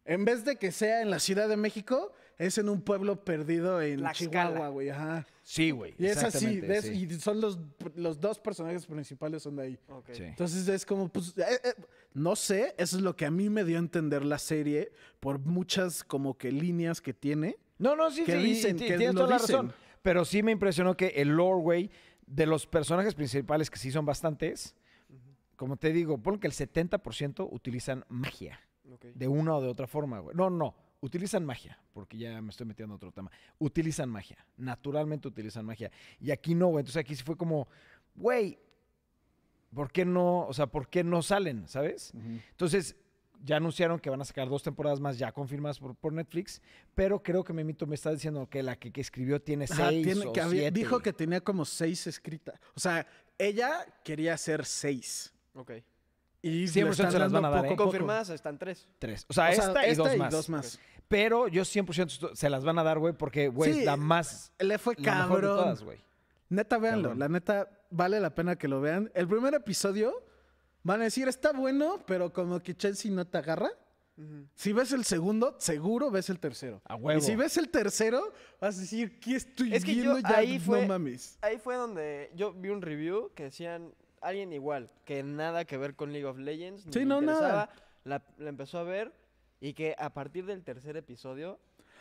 En vez de que sea en la Ciudad de México, es en un pueblo perdido en
Tlaxcala.
Chihuahua, güey. Ajá.
Sí, güey.
Y es así.
exactamente,
de-
sí.
Y son los, los dos personajes principales son de ahí.
Ok.
Sí.
Entonces es como, pues, eh, eh, no sé, eso es lo que a mí me dio a entender la serie por muchas como que líneas que tiene.
No, no, sí,
que
sí, y
dicen,
ti-
que
tienes
lo
toda la
dicen.
razón. Pero sí me impresionó que el lore, güey, de los personajes principales, que sí son bastantes, como te digo, pon que el 70% utilizan magia.
ok.
De una o de otra forma, güey. No, no. Utilizan magia, porque ya me estoy metiendo a otro tema. Utilizan magia. Naturalmente utilizan magia. Y aquí no, güey. Entonces aquí sí fue como, güey, ¿por qué no? O sea, ¿por qué no salen? ¿Sabes? Entonces ya anunciaron que van a sacar dos temporadas más ya confirmadas por, por Netflix, pero creo que Memito me está diciendo que la que, que escribió tiene
Ajá,
seis
tiene-
o
que había-
siete.
dijo que tenía como seis escritas. O sea, ella quería hacer seis.
Ok.
Y le
100%
están
se las
dando
van a dar,
poco
¿eh?
poco.
Confirmadas están tres.
Tres. O
O
sea,
sea,
esta, y, dos más.
más.
Pero yo 100% esto- se las van a dar, güey, porque, güey,
Sí,
es la más...
Le fue
La mejor de
cabrón.
todas, güey.
Neta, véanlo.
Cabrón.
La neta, vale la pena que lo vean. El primer episodio van a decir, está bueno, pero como que Chelsea no te agarra.
Ujú.
Si ves el segundo, seguro ves el tercero.
A huevo.
Y si ves el tercero, vas a decir, ¿qué estoy
Es que yo
viendo ya?
ahí fue-
No mames.
Ahí fue donde yo vi un review que decían alguien igual, que nada que ver con League of Legends. ni
Sí,
le
no, nada.
interesaba, La, la empezó a ver y que a partir del tercer episodio.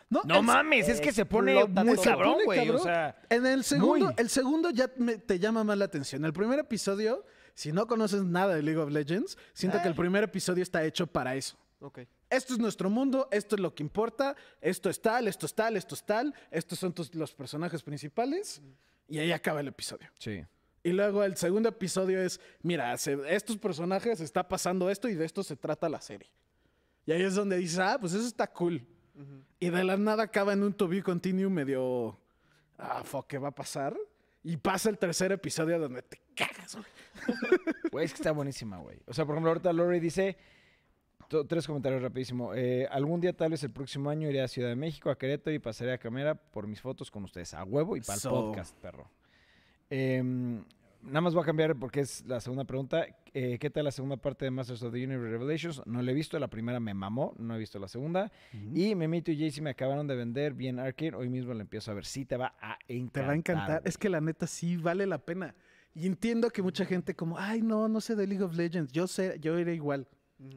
No
es-
mames, es que se pone
explota
muy
se
todo.
cabrón,
pone
güey. O
cabrón.
sea,
en el segundo,
muy.
el segundo ya me- te llama más la atención. El primer episodio, si no conoces nada de League of Legends, siento
Ah.
que el primer episodio está hecho para eso.
Ok.
Esto es nuestro mundo, esto es lo que importa, esto es tal, esto es tal, esto es tal, estos son tus- los personajes principales y ahí acaba el episodio.
sí.
Y luego el segundo episodio es, mira, se- estos personajes está pasando esto y de esto se trata la serie. Y ahí es donde dices, ah, pues eso está cool.
Ujú.
Y de la nada acaba en un to be continue medio, ah, fuck, ¿qué va a pasar? Y pasa el tercer episodio donde te cagas, güey.
Güey, es que está buenísima, güey. O sea, por ejemplo, ahorita Lori dice to- tres comentarios rapidísimo. Eh, algún día, tal vez el próximo año, iré a Ciudad de México, a Querétaro y pasaré a Camera por mis fotos con ustedes. A huevo y para el
So.
podcast, perro. Em, nada más voy a cambiar porque es la segunda pregunta. Eh, ¿Qué tal la segunda parte de Masters of the Universe Revelations? No la he visto. La primera me mamó. No he visto la segunda. Y Memito y Jaycee me acabaron de vender bien Arcane. Hoy mismo la empiezo a ver. Sí, te va a encantar.
Te va a encantar.
güey.
Es que la neta sí vale la pena. Y entiendo que mucha gente como, ay, no, no sé de League of Legends. Yo sé, yo era igual.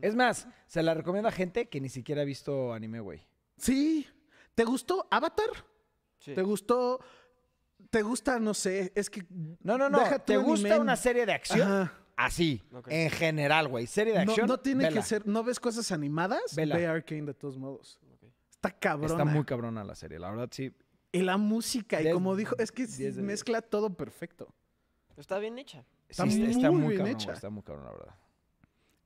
Es más, se la recomiendo a gente que ni siquiera ha visto anime, güey.
Sí. ¿Te gustó Avatar?
Sí.
¿Te gustó? ¿Te gusta? No sé. Es que.
No, no, no.
deja tú
¿Te
el
gusta
anime.
una serie de acción?
Ajá.
Así,
Ok.
en general, güey. Serie de
No,
acción.
no tiene
vela.
que ser. ¿No ves cosas animadas?
Vela.
Ve Arcane de todos modos.
Ok.
Está cabrón.
Está muy cabrona la serie, la verdad, sí.
Y la música, y
Diez-
como dijo, es que
diez de diez.
mezcla todo perfecto.
Está bien hecha.
Sí,
Está
está, está
muy
muy
bien
cabrón,
hecha.
güey, Está muy cabrón, la verdad.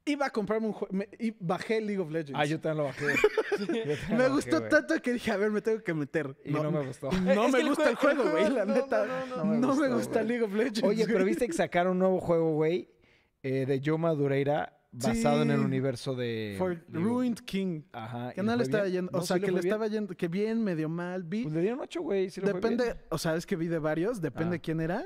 Iba a comprarme un juego. Y bajé League of Legends.
Ah, yo también lo bajé.
me gustó tanto que dije, a ver, me tengo que meter.
Y no, me gustó.
y no
Es
me
que el
gusta el
jue- el
juego, güey,
juego-
la
no,
neta.
no, no,
No,
no me
me gusta,
gustó, güey.
League of Legends.
Oye, pero
güey.
viste que sacaron un nuevo juego, güey, eh, de Joe Madureira, basado en el
Sí.
universo de.
For
digo,
Ruined King.
Ajá.
Que
Ah, ¿y
no le
fue
estaba
bien?
yendo, o
No,
sea,
sí
que
fue
le
bien.
estaba yendo, que bien, medio mal, vi.
Pues le dieron 8, güey. sí le fue bien.
depende, o sea, es que vi de varios, depende
Ah. Pues
quién era.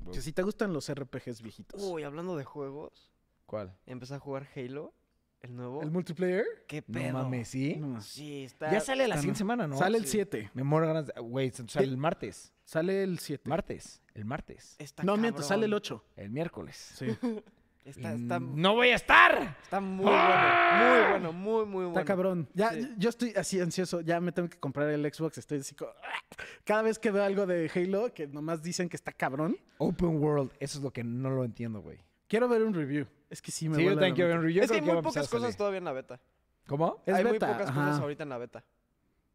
Wow.
Que si te gustan los RPGs viejitos.
Uy, hablando de juegos,
¿Cuál?
empecé a jugar Halo, el nuevo.
¿El multiplayer?
¿Qué
No
pedo?
mames, ¿sí?
No.
Sí, está.
Ya sale la
está-
siguiente semana, ¿no?
Sale el
sí.
7.
Me muero ganas. de- Güey, sale el martes.
Sale el 7.
Martes. El martes.
Está
No, miento,
cabrón.
sale el Mm. 8.
El miércoles.
Sí.
Está,
Y
está,
¡No voy a estar!
está muy bueno. Muy bueno, muy, muy bueno.
Está cabrón. Ya,
Sí.
Yo estoy así ansioso. Ya me tengo que comprar el Xbox. Estoy así como... "Ah". Cada vez que veo algo de Halo, que nomás dicen que está cabrón,
Open World. Eso es lo que no lo entiendo, güey.
quiero ver un review. Es que sí me
Sí,
vuela
yo
la
también quiero
mente.
ver un review. Yo
Es que
creo
hay
va
muy
a empezar
pocas
a
cosas
salir.
todavía en la beta.
¿Cómo?
Es
hay
beta,
muy pocas
ajá.
cosas ahorita en la beta.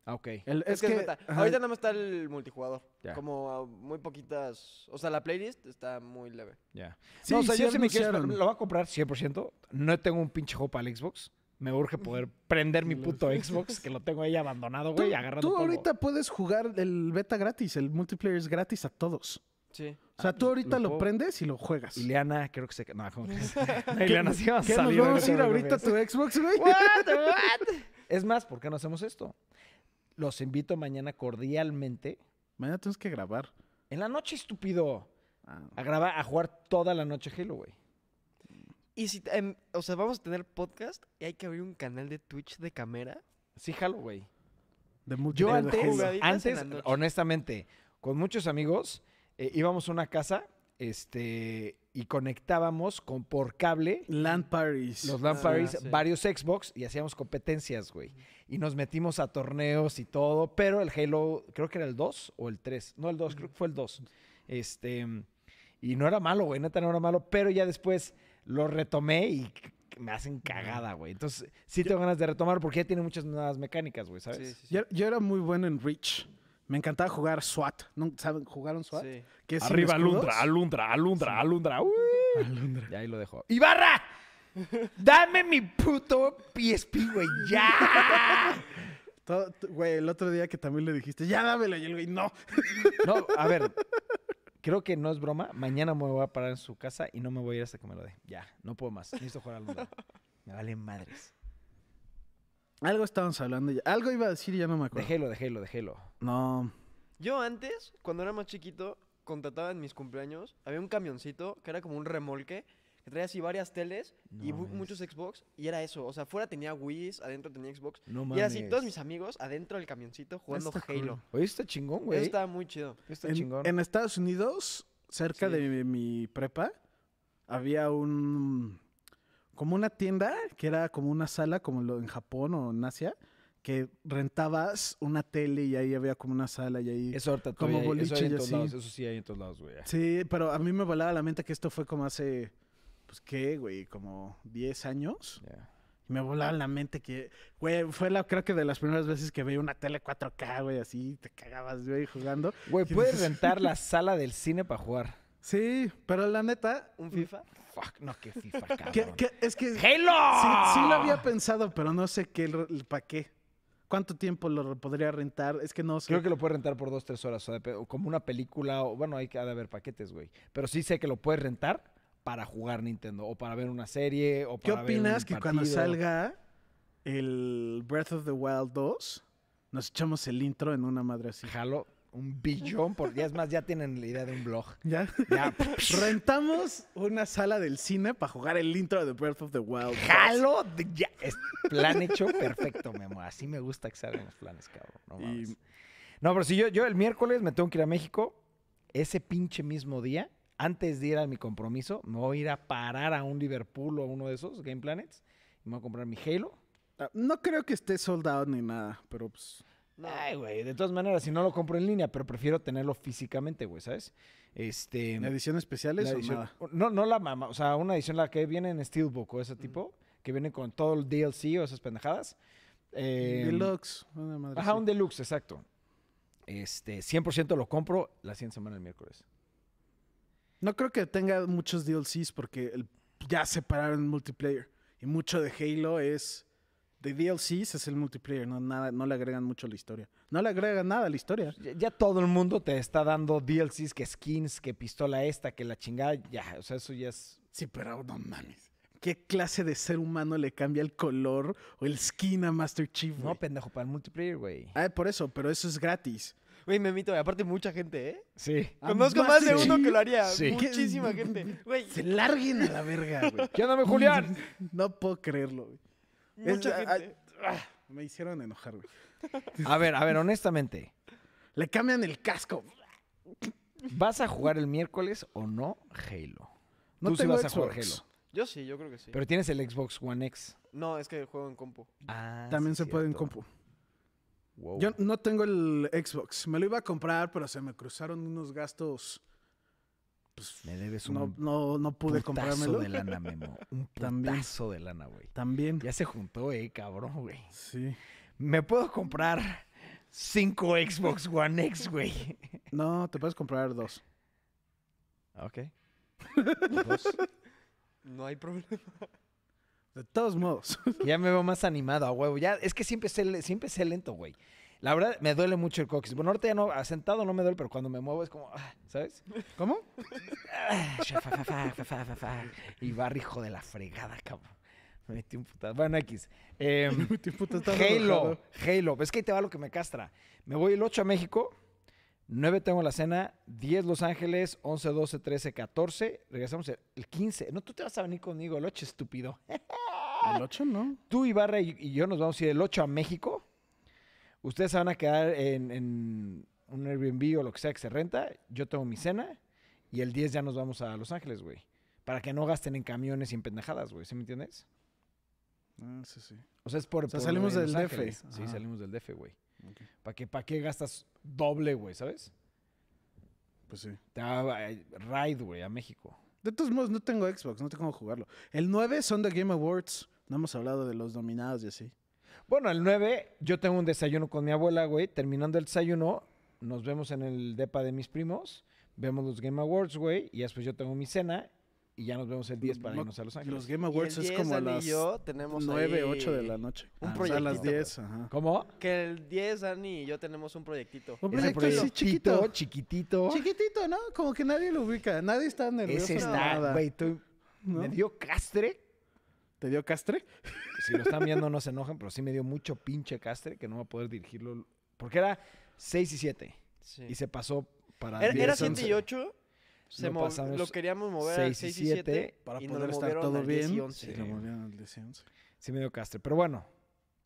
Ah, ok.
El-
Es, que, es beta.
ajá,
Ahorita nada más está el multijugador.
Ya.
Como ah, muy poquitas. O sea, la playlist está muy leve.
Ya.
Sí,
no, o sea,
sí
yo sí me quiero.
anunciaron.
esperar. Lo voy a comprar 100%. No tengo un pinche hop al Xbox. Me urge poder prender mi puto Xbox, que lo tengo ahí abandonado,
Tú,
güey, agarrando
tú
polvo.
ahorita puedes jugar el beta gratis, el multiplayer es gratis a todos.
Sí.
O sea, tú ahorita
Ah, lo
lo,
puedo-
prendes y lo juegas.
Ileana, creo que se. No, ¿cómo crees? No, Ileana, sí vamos a
¿Qué nos
salir.
vamos a ir ahorita
ahorita
a tu Xbox, güey?
What? What? Es más, ¿por qué no hacemos esto? Los invito mañana cordialmente.
Mañana tenemos que grabar.
En la noche, estúpido.
Ah.
A grabar, a jugar toda la noche Halo, güey.
Y si. em, o sea, vamos a tener podcast y hay que abrir un canal de Twitch de cámara.
Sí, Halo, güey.
De
Yo
multiplayer de
antes,
Halo.
Jugaditas en
antes
la noche.
honestamente, con muchos amigos, eh, íbamos a una casa este, y conectábamos con, por cable
Land Paris.
los LAN
Ah,
parties,
sí.
varios Xbox y hacíamos competencias, güey. Y nos metimos a torneos y todo, pero el Halo, creo que era el 2 o el 3. No, el 2, creo que fue el 2. Este, y no era malo, güey, neta no era malo, pero ya después lo retomé y c- c- me hacen cagada, güey. Entonces, sí tengo ganas de retomar porque ya tiene muchas nuevas mecánicas, güey, ¿sabes?
Sí, sí, sí.
Yo, yo era muy bueno en Reach. Me encantaba jugar SWAT. ¿No saben? ¿Jugaron SWAT?
Sí.
Que es sin
Arriba
escudos.
Alundra, Alundra, Alundra, Alundra. ¡uy! Y ahí lo dejó. ¡Ibarra! ¡Dame mi puto PSP, güey! ¡Ya!
Todo- t- Güey, el otro día que también le dijiste, ya dámelo. Y el güey, no.
No, a ver. Creo que no es broma. Mañana me voy a parar en su casa y no me voy a ir hasta que me lo dé. Ya, no puedo más. Necesito jugar al mundo. Me vale madres.
Algo estábamos hablando. ya- Algo iba a decir y ya no me acuerdo.
Déjelo, déjelo, déjelo.
No.
Yo antes, cuando era más chiquito, contrataba en mis cumpleaños, había un camioncito que era como un remolque, que traía así varias teles y
No
bu-
mames.
muchos Xbox, y era eso, o sea, fuera tenía Wii, adentro tenía Xbox,
No
y era así, todos mis amigos adentro del camioncito jugando
Está cool.
Halo.
Oye, está chingón, güey.
Eso estaba muy chido.
Está
En,
chingón.
en Estados Unidos, cerca
Sí.
de mi, mi prepa, había un. como una tienda que era como una sala, como lo en Japón o en Asia, que rentabas una tele y ahí había como una sala y ahí.
Eso ahorita
como
todavía hay- eso hay en
boliche y
todos
así.
lados. Eso sí hay en todos lados, güey.
Sí, pero a mí me volaba la mente que esto fue como hace. Pues qué, güey, como 10 años.
Ya.
Y me volaba la mente que, güey, fue la, creo que de las primeras veces que veía una tele 4K, güey, así, te cagabas, güey, jugando.
Güey, puedes rentar la sala del cine para jugar.
Sí, pero la neta,
¿Un FIFA?
Fuck, no, qué FIFA, cabrón.
que- que- es que Sí,
¡Halo!
sí lo había pensado, pero no sé qué, para qué. ¿Cuánto tiempo lo re- podría rentar? Es que no sé.
Creo que lo puedes rentar por dos, tres horas, o, depe- o como una película, o bueno, hay que ha de haber paquetes, güey. Pero sí sé que lo puedes rentar para jugar Nintendo, o para ver una serie, o
¿Qué
para ver un
opinas que cuando
partido.
salga el Breath of the Wild 2, nos echamos el intro en una madre así?
Jalo un billón, por... ya es más, ya tienen la idea de un blog.
¿Ya?
Ya,
Rentamos una sala del cine para jugar el intro de Breath of the Wild. 2.
jalo, de- ya, es plan hecho perfecto, mi amor. Así me gusta que salgan los planes, cabrón. No,
Y-
mames. no pero si yo, yo el miércoles me tengo que ir a México, ese pinche mismo día antes de ir a mi compromiso, me voy a ir a parar a un Liverpool o a uno de esos, Game Planets, y me voy a comprar mi Halo.
Ah, No creo que esté sold out ni nada, pero pues.
No.
Ay, güey, de todas maneras, si no lo compro en línea, pero prefiero tenerlo físicamente, güey, ¿sabes? Este...
¿En edición especiales
la
o
edición-
nada?
No, no la mamá, o sea, una edición la que viene en Steelbook o ese tipo, que viene con todo el DLC o esas pendejadas. Eh,
Deluxe. una madre
Ajá,
así.
un deluxe, exacto. Este, 100% lo compro la siguiente semana el miércoles.
No creo que tenga muchos DLCs porque el- ya separaron multiplayer. Y mucho de Halo es. De DLCs es el multiplayer, no, nada, no le agregan mucho a la historia. No le agregan nada a la historia.
Ya, ya todo el mundo te está dando DLCs, que skins, que pistola esta, que la chingada, ya, o sea, eso ya es...
Sí, pero no mames. ¿Qué clase de ser humano le cambia el color o el skin a Master Chief?
No,
güey?
pendejo, para el multiplayer, güey.
Ah, por eso, pero eso es gratis.
Güey, me mito, güey, aparte mucha gente, ¿eh?
Sí.
Ah,
Conozco más de
sí.
uno que lo haría.
Sí.
Muchísima gente. Güey,
Se larguen a la verga, güey.
¿Qué onda, mi Julián?
No puedo creerlo, güey. Es-
mucha
ah,
gente.
ah, ah, me hicieron enojar, güey.
A ver, a ver, honestamente,
Le cambian el casco.
¿vas a jugar el miércoles o no Halo?
No
Tú sí
tengo
vas a jugar
Xbox.
Halo.
Yo sí, yo creo que sí.
Pero tienes el Xbox One X.
No, es que juego en compu.
Ah,
También
sí,
se puede en
cierto.
compu.
Wow.
Yo no tengo el Xbox. Me lo iba a comprar, pero se me cruzaron unos gastos.
Me debes un
No, no, no pude
putazo
comprármelo.
de lana, Memo. Un
También.
putazo de lana, güey.
También.
Ya se juntó, eh, cabrón, güey.
Sí.
Me puedo comprar cinco Xbox One X, güey.
No, te puedes comprar dos.
Ok.
No hay problema.
De todos modos.
Ya me veo más animado, a huevo. Ya, es que sí empecé, le- sí empecé lento, güey. La verdad, me duele mucho el coxis. Bueno, ahorita ya no, sentado no me duele, pero cuando me muevo es como, ah, ¿sabes?
¿Cómo?
Ah, fa, fa, fa, fa, fa, fa, fa. Y barrio hijo de la fregada, cabrón. Me metí un putazo. Bueno, X. Em,
Mi tipo, te estás
Halo,
enojado.
Halo. Es que ahí te va lo que me castra. Me voy el 8 a México, 9 tengo la cena, 10 Los Ángeles, 11, 12, 13, 14. Regresamos el- el 15. No, tú te vas a venir conmigo el 8, estúpido.
¿El 8 no?
Tú, Ibarra y, y yo nos vamos a ir el 8 a México. Ustedes se van a quedar en, en un Airbnb o lo que sea que se renta. Yo tengo mi cena y el 10 ya nos vamos a Los Ángeles, güey. Para que no gasten en camiones y en pendejadas, güey. ¿Sí me entiendes?
Ah, sí, sí.
O sea, es por.
O sea,
por lo
salimos
de Los
del DF.
Ángeles. Sí,
Ajá.
salimos del DF, güey.
Ok.
¿Para qué, pa' qué gastas doble, güey, sabes?
Pues sí.
Te va a- eh, ride, güey, a México.
De todos modos, no tengo Xbox, no tengo cómo jugarlo. El 9 son de Game Awards. No hemos hablado de los dominados y así.
Bueno, el 9, yo tengo un desayuno con mi abuela, güey. Terminando el desayuno, nos vemos en el depa de mis primos. Vemos los Game Awards, güey. Y después yo tengo mi cena. Y ya nos vemos el 10 para
No,
irnos a Los
Los
Ángeles.
Game
Y el
Awards es
10,
como a
Dani y
las
yo tenemos
9,
ahí
8 de la noche. Ah,
un
O sea, a las
proyectito.
10, ajá.
¿Cómo?
Que el 10, Dani y yo tenemos un proyectito.
Un
Ese
proyecto así
proyectito
Pues chiquito.
chiquitito.
Chiquitito, ¿no? Como que nadie lo ubica. Nadie está nervioso.
Ese
ni
está,
nada.
güey. tú-
¿No?
Me dio castre.
¿Te dio castre?
Si lo están viendo, no se enojen, pero sí me dio mucho pinche castre que no va a poder dirigirlo. Porque era 6 y 7.
Sí.
Y se pasó para.
Era,
10,
era 7
11.
y 8. Se
Lo
mov-
pasamos
lo queríamos mover al
6 y
6 y 7
7
Para
y nos
poder
lo
estar
movieron
todo
al 10 y
bien.
11.
Sí, lo movieron al 10 y 11.
Sí, medio castre. Pero bueno,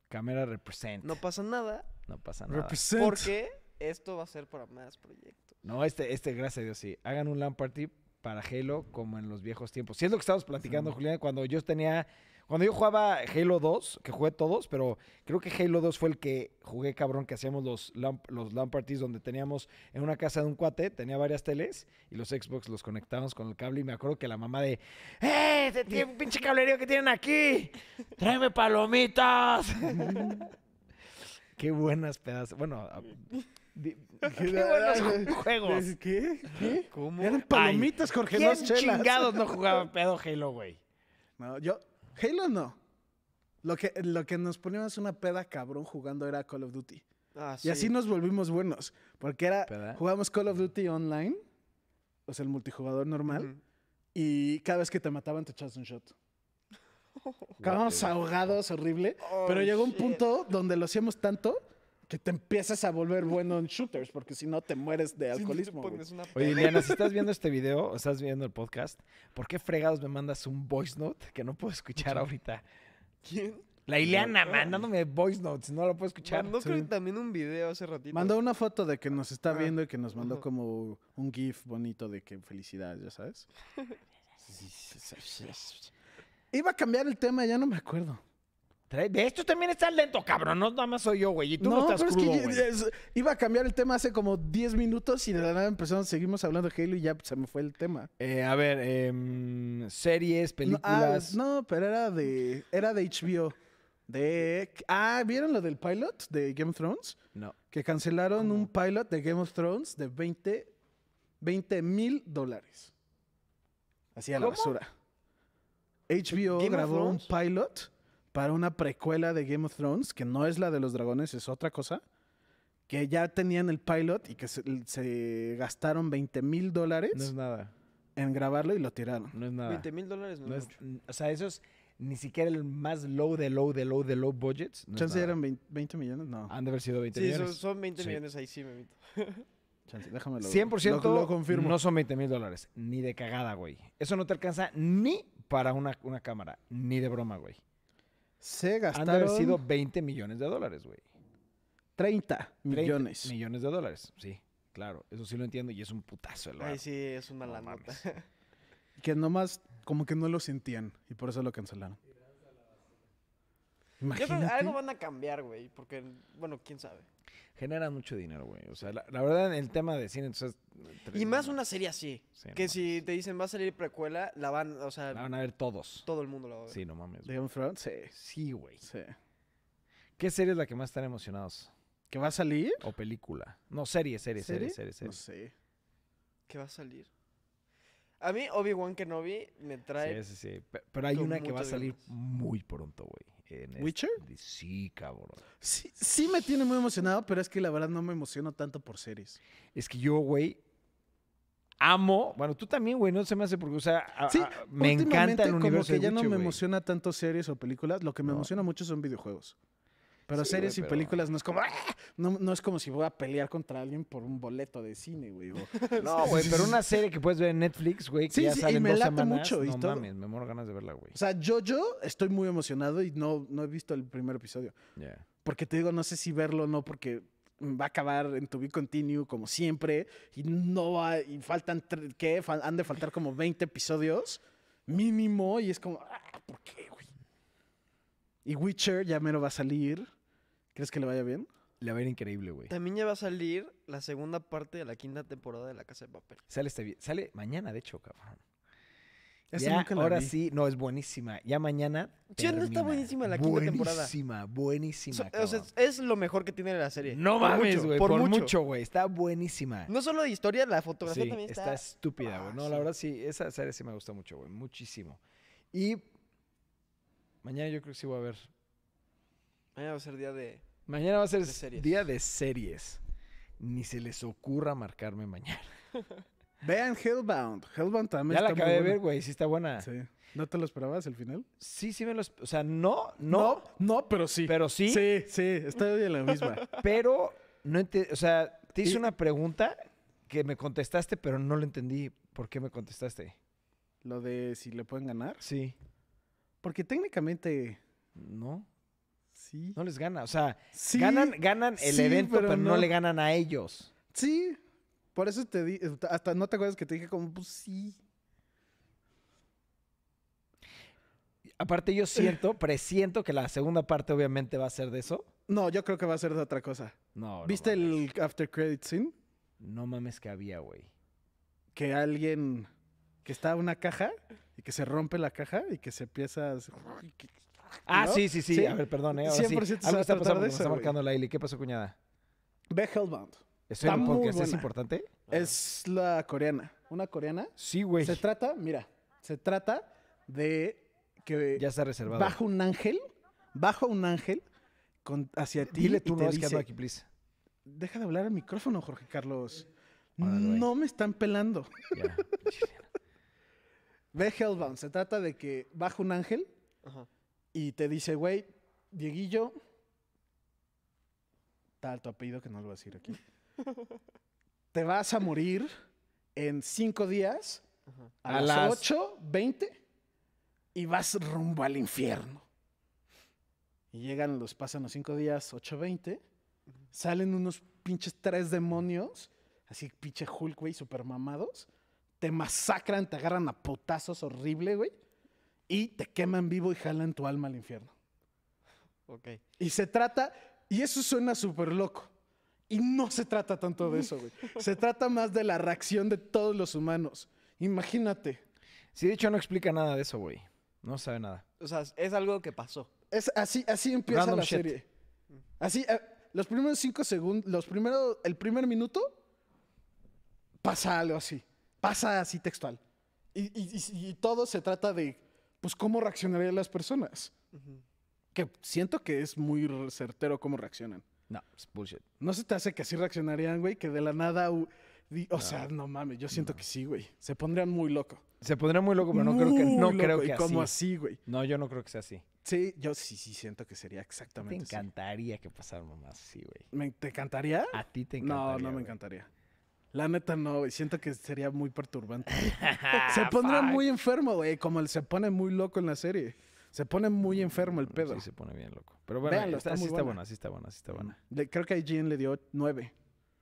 cámara represent.
No
No,
pasa nada
pasa nada.
Represent.
porque esto va a ser para más proyectos.
No, este, este, gracias a Dios, sí. Hagan un LAN party para Halo como en los viejos tiempos. Sí, es lo que estábamos platicando, Julián, cuando yo tenía. Cuando yo jugaba Halo 2, que jugué todos, pero creo que Halo 2 fue el que jugué cabrón, que hacíamos los LAN, los LAN parties donde teníamos en una casa de un cuate, tenía varias teles y los Xbox los conectábamos con el cable y me acuerdo que la mamá de, ¡Eh! te- tiene un pinche cablerío que tienen aquí! ¡Tráeme palomitas! Qué buenas pedazos. Bueno, a- di- qué buenos juegos.
¿Qué? ¿Qué?
¿Cómo?
Eran palomitas, Jorge, no
¿Quién
chelas.
chingados no jugaba pedo Halo, güey?
No, yo... Halo no. Lo que, lo que nos poníamos una peda cabrón jugando era Call of Duty.
Ah,
Y así
no.
nos volvimos buenos. Porque era.
¿Verdad?
Jugamos Call of Duty online. O sea, el multijugador
Mm.
normal. Y cada vez que te mataban, te echabas un shot. Acabamos ahogados, horrible.
Oh,
pero llegó un
shit.
punto donde lo hacíamos tanto que te empiezas a volver bueno en shooters. Porque si no, te mueres de alcoholismo. güey.
Oye, Diana, si estás viendo este video o estás viendo el podcast, ¿por qué fregados me mandas un voice note que no puedo escuchar ahorita?
¿Quién?
La Ileana mandándome voice notes, no lo puedo escuchar.
Mandó creo
Sí.
que también un video hace ratito.
Mandó una foto de que nos está
Ah,
viendo y que nos mandó
ajá.
como un GIF bonito de que felicidades, ya sabes. Iba a cambiar el tema, ya no me acuerdo.
Trae- Ve, esto también está lento, cabrón. No nada más soy yo, güey. Y tú no, estás
pero
crudo,
es que
güey.
yo- es- iba a cambiar el tema hace como 10 minutos y de la nada empezamos, seguimos hablando de Halo y ya se me fue el tema.
Eh, a ver, em, series,
No, ah,
películas.
No, pero era de, era de HBO. De, ah, ¿vieron lo del pilot de Game of Thrones?
No.
Que cancelaron un pilot de Game of Thrones de 20 mil dólares. Así a la
¿Cómo?
basura. HBO
¿Game of
grabó un
Thrones?
pilot para una precuela de Game of Thrones, que no es la de los dragones, es otra cosa. Que ya tenían el pilot y que se, se gastaron 20 mil
No es
dólares
nada.
en grabarlo y lo tiraron.
No es nada.
20 mil dólares, no,
No
es
es-
mucho.
n- o sea, esos ni siquiera el más low de low de low de low budgets. no es
Chance
nada. Ah,
eran 20, 20 millones, no.
Han de haber sido 20
Sí, son,
millones.
son 20
Sí.
millones ahí, sí, me mito.
Chance, déjame lo-
100%
lo, lo confirmo.
no son 20 mil dólares. Ni de cagada, güey. Eso no te alcanza ni para una, una cámara. Ni de broma, güey.
Se
Han de haber
gastaron
sido 20 millones de dólares, güey.
30
30
millones.
Millones de dólares, sí. Claro, eso sí lo entiendo y es un putazo el
Ay,
varo.
sí, es una
No
mala nota.
mames.
Que nomás como que no lo sentían y por eso lo cancelaron.
Yo creo que algo
Imagínate.
van a cambiar, güey, porque, bueno, quién sabe.
Genera mucho dinero, güey. O sea, la, la verdad, en el tema de cine, entonces.
Y más
no,
una serie así,
Sí, no
que
mames.
si te dicen va a salir precuela, la van, o sea,
La van a ver todos.
todo el mundo la va a ver.
Sí, no mames. güey.
Game of Thrones, sí,
Sí, güey.
sí.
¿Qué serie es la que más están emocionados?
¿Que va a salir?
¿O película? No, serie, serie, serie, serie, serie.
No sé.
¿Qué va a salir? A mí Obi-Wan Kenobi me trae...
Sí, sí, sí. Pe- Pero hay
con
una que va a
muchas
salir
ganas.
muy pronto, güey. en este-
¿Witcher?
Sí, cabrón.
Sí, sí me tiene muy emocionado, pero es que la verdad no me emociono tanto por series.
Es que yo, güey, amo. Bueno, tú también, güey, no se me hace porque, o sea, a-
Sí,
a- me encanta
últimamente
el universo
como que ya
de
no
Witcher,
me
güey.
emociona tanto series o películas, lo que me
No.
emociona mucho son videojuegos. Pero
Sí,
series
güey,
y
pero-
películas no es como ¡ah! no, no es como si voy a pelear contra alguien por un boleto de cine, güey. o-
No, güey, pero una serie que puedes ver en Netflix, güey, que
Sí,
ya
sí, y
sale en
me
dos
late
semanas.
mucho y
no
todo.
mames, me muero ganas de verla, güey.
O sea, yo, yo estoy muy emocionado y no, no he visto el primer episodio.
Ya.
Porque te digo, no sé si verlo o no, porque va a acabar en To Be Continue como siempre. Y no va, y faltan, tre- ¿qué? Fal- han de faltar como 20 episodios mínimo. Y es como, ah, ¿por qué, güey? Y Witcher ya mero va a salir. ¿Crees que le vaya bien?
Le va a ir increíble, güey.
También ya va a salir la segunda parte de la quinta temporada de La Casa de Papel.
Sale, este vi- sale mañana, de hecho, cabrón.
Esa
Ya,
nunca la
ahora
vi.
sí, no, es buenísima. Ya mañana.
Sí, no, está
termina.
buenísima la quinta temporada.
Buenísima, buenísima.
So- o sea,
cabrón.
es lo mejor que tiene la serie.
no
Por
mames,
mucho,
güey. Por, mucho, güey. Está buenísima.
No solo de historia, la fotografía
Sí,
también
está
está...
estúpida, güey.
Ah,
No,
sí.
la verdad sí, esa serie sí me gusta mucho, güey. Muchísimo. Y mañana yo creo que sí voy a ver.
Mañana Ah, va a ser día de...
Mañana va a ser
De
s-
series.
día de series. Ni se les ocurra marcarme mañana.
Vean Hellbound. Hellbound también
ya la
está
acabé
muy
de ver,
buena.
güey. Sí está buena. Sí,
Sí. ¿No te lo esperabas el final?
sí, me lo... esp- O sea, no, no,
No, no, pero sí.
pero sí,
Sí, sí, está de la misma.
pero no ente- O sea, te hice
Y-
una pregunta que me contestaste, pero no lo entendí. ¿Por qué me contestaste?
lo de si le pueden ganar.
Sí.
Porque técnicamente
No,
sí.
no les gana. O sea,
Sí,
ganan, ganan el
sí,
evento, pero,
pero
no.
no.
le ganan a ellos.
Sí. Por eso te di. eh, Hasta no te acuerdas que te dije como, pues sí.
Aparte, yo siento, presiento que la segunda parte obviamente va a ser de eso.
No, yo creo que va a ser de otra cosa.
Oh, No. no
¿Viste
mames.
el after credit scene?
No mames que había, güey.
Que alguien que está en una caja y que se rompe la caja y que se empieza a...
Ah,
¿No?
sí, sí, sí,
Sí.
A ver, perdón, eh. Ahora sí.
100% se
Algo
va a
está
tratar
pasando, me
de
está
eso, güey.
marcando la Eli. ¿Qué pasó, cuñada?
Ve Hellbound.
Estoy en
Está
un
muy
podcast, ¿es
buena.
importante?
Es la coreana. Una coreana.
Sí, güey.
Se trata, mira, se trata de que
Ya está reservado.
baja un ángel, baja un ángel con, hacia ti
Dile
y
tú,
te
no es que
dice,
ando aquí, please.
Deja de hablar al micrófono, Jorge Carlos.
Órale, güey.
No me están pelando.
Ya.
Ve Hellbound. Se trata de que baja un ángel
Ajá.
y te dice, güey, Dieguillo. Tal tu apellido que no lo voy a decir aquí. te vas a morir en cinco días
Ajá.
a,
A
las
las-
8, 20 y vas rumbo al infierno. Y llegan, los pasan los cinco días, 8.20. Salen unos pinches tres demonios, así pinche Hulk, güey, super mamados. Te masacran, te agarran a putazos horrible, güey. Y te queman vivo y jalan tu alma al infierno.
Ok.
Y se trata, y eso suena súper loco. Y no se trata tanto de eso, güey. Se trata más de la reacción de todos los humanos. Imagínate.
Sí, de hecho no explica nada de eso, güey. No sabe nada.
O sea, es algo que pasó.
Es así, así empieza
Random
la
shit.
serie. Así, eh, los primeros cinco segundos, los primeros, el primer minuto, pasa algo así. Pasa así textual. Y, y- y- y todo se trata de, pues, cómo reaccionarían las personas. Que siento que es muy certero cómo reaccionan.
No, es bullshit.
¿No se te hace que así reaccionarían, güey? Que de la nada... u- di- O sea, no mames, yo siento que sí, güey. Se pondrían muy loco.
Se pondría muy loco, pero no creo que
Muy
no
loco,
creo
y
que
como
así.
así, güey.
No, yo no creo que sea así.
Sí, yo sí, sí siento que sería
Te
exactamente así.
encantaría que pasara mamás así, güey.
¿Me- ¿Te encantaría?
A ti te encantaría.
No, no me
güey.
encantaría. La neta no, güey. Siento que sería muy perturbante.
Ah,
se pondría muy enfermo, güey. Como él se pone muy loco en la serie. Se pone muy enfermo el pedo.
Mm, Sí, se pone bien loco. Pero bueno,
Véanlo,
está,
está
sí
muy
está
buena.
buena, sí está buena, sí está buena.
Le- creo que a IGN le dio nueve.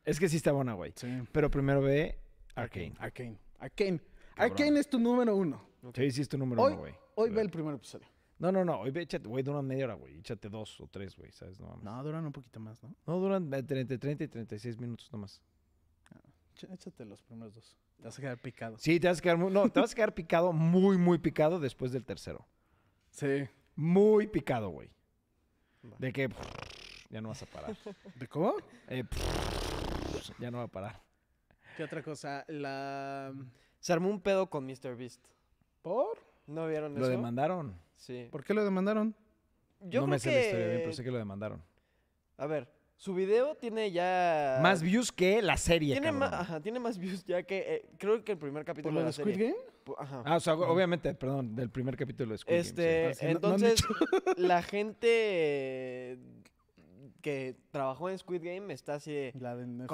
Es que sí está buena, güey.
Sí.
Pero primero ve Arcane.
Arcane. Arcane.
Cabrón.
Arcane es tu número uno.
Sí, sí es tu número
Hoy,
uno, güey.
hoy
Pero-
ve el primer episodio.
No, no, no. Hoy ve, échate, güey, duran media hora, güey. Échate dos o tres, güey, ¿sabes? No, mames.
No, duran un poquito más, ¿no?
No, duran entre 30 y 36 minutos nomás.
Ch- Échate los primeros dos. Te vas a quedar picado.
Sí, te vas a quedar muy, no, te vas a quedar picado, muy, muy picado después del tercero.
Sí.
Muy picado, güey.
Va.
De que ya no vas a parar.
¿De cómo?
Eh, ya no va a parar.
¿Qué otra cosa? La... mm,
Se armó un pedo con Mr. Beast.
¿Por?
¿No vieron
Lo
eso?
demandaron.
Sí.
¿Por qué lo demandaron?
Yo
no
creo
me sé la historia bien,
que-
pero sé que lo demandaron.
A ver, su video tiene ya...
Ah, Más views que la serie,
Tiene
cabrón.
más, ajá, tiene más views ya que... eh, creo que el primer capítulo
¿Por lo
de la
de Squid
serie.
Game?
Pu- Ajá.
Ah, o sea, obviamente, perdón, del primer capítulo de Squid Game, sí.
Este,
Ah, sí, no- no han
entonces, la gente que trabajó en Squid Game está así de,
La de Netflix.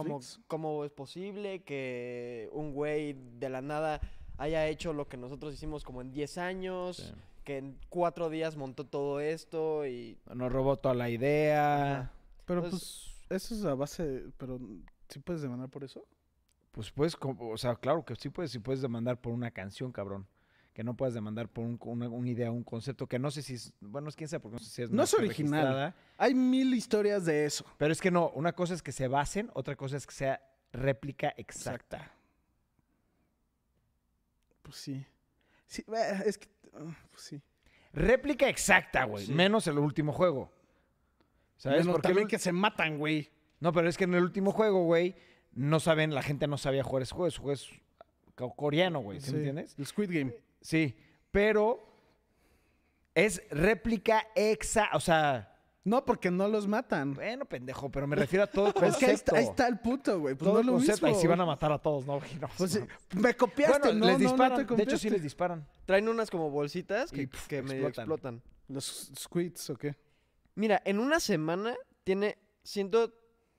¿cómo, cómo es posible que un güey de la nada haya hecho lo que nosotros hicimos como en 10 años?
Sí.
Que en cuatro días montó todo esto y...
Nos robó toda la idea.
Ajá.
Pero
Entonces-
pues eso es a base, pero ¿sí puedes demandar por eso?
Pues puedes, co- o sea, claro que sí puedes, sí puedes demandar por una canción, cabrón. Que no puedas demandar por un, una, una idea, un concepto, que no sé si es, bueno, es quién sabe, porque no sé si es
No es
marca
original.
registrada.
Hay mil historias de eso.
Pero es que no, una cosa es que se basen, otra cosa es que sea réplica exacta.
Pues sí. Sí, eh, es que, ah, pues sí.
Réplica exacta, güey.
Sí.
Menos el último juego. ¿Sabes?
Menos
Porque el
también
ul-
que se matan, güey.
No, pero es que en el último juego, güey, no saben, la gente no sabía jugar ese juego, es juego es co- coreano, güey, ¿sí me
Sí,
entiendes?
El Squid Game.
Sí, pero es réplica exacta, o sea,
No, porque no los matan.
Bueno, pendejo, pero me refiero a todo
Pues es que ahí
concepto.
está, ahí está el punto, güey. Pues
todo
no
el
es lo
concepto.
mismo.
Ahí sí van a matar a todos, ¿no? güey? No,
Pues,
no.
eh, me copiaste,
Bueno,
no,
les
no, no
disparan.
te
de hecho, sí
copiaste.
les disparan.
Traen unas como bolsitas que,
Y, pf,
que medio
explotan.
explotan.
¿Los squids o qué?
Mira, en una semana tiene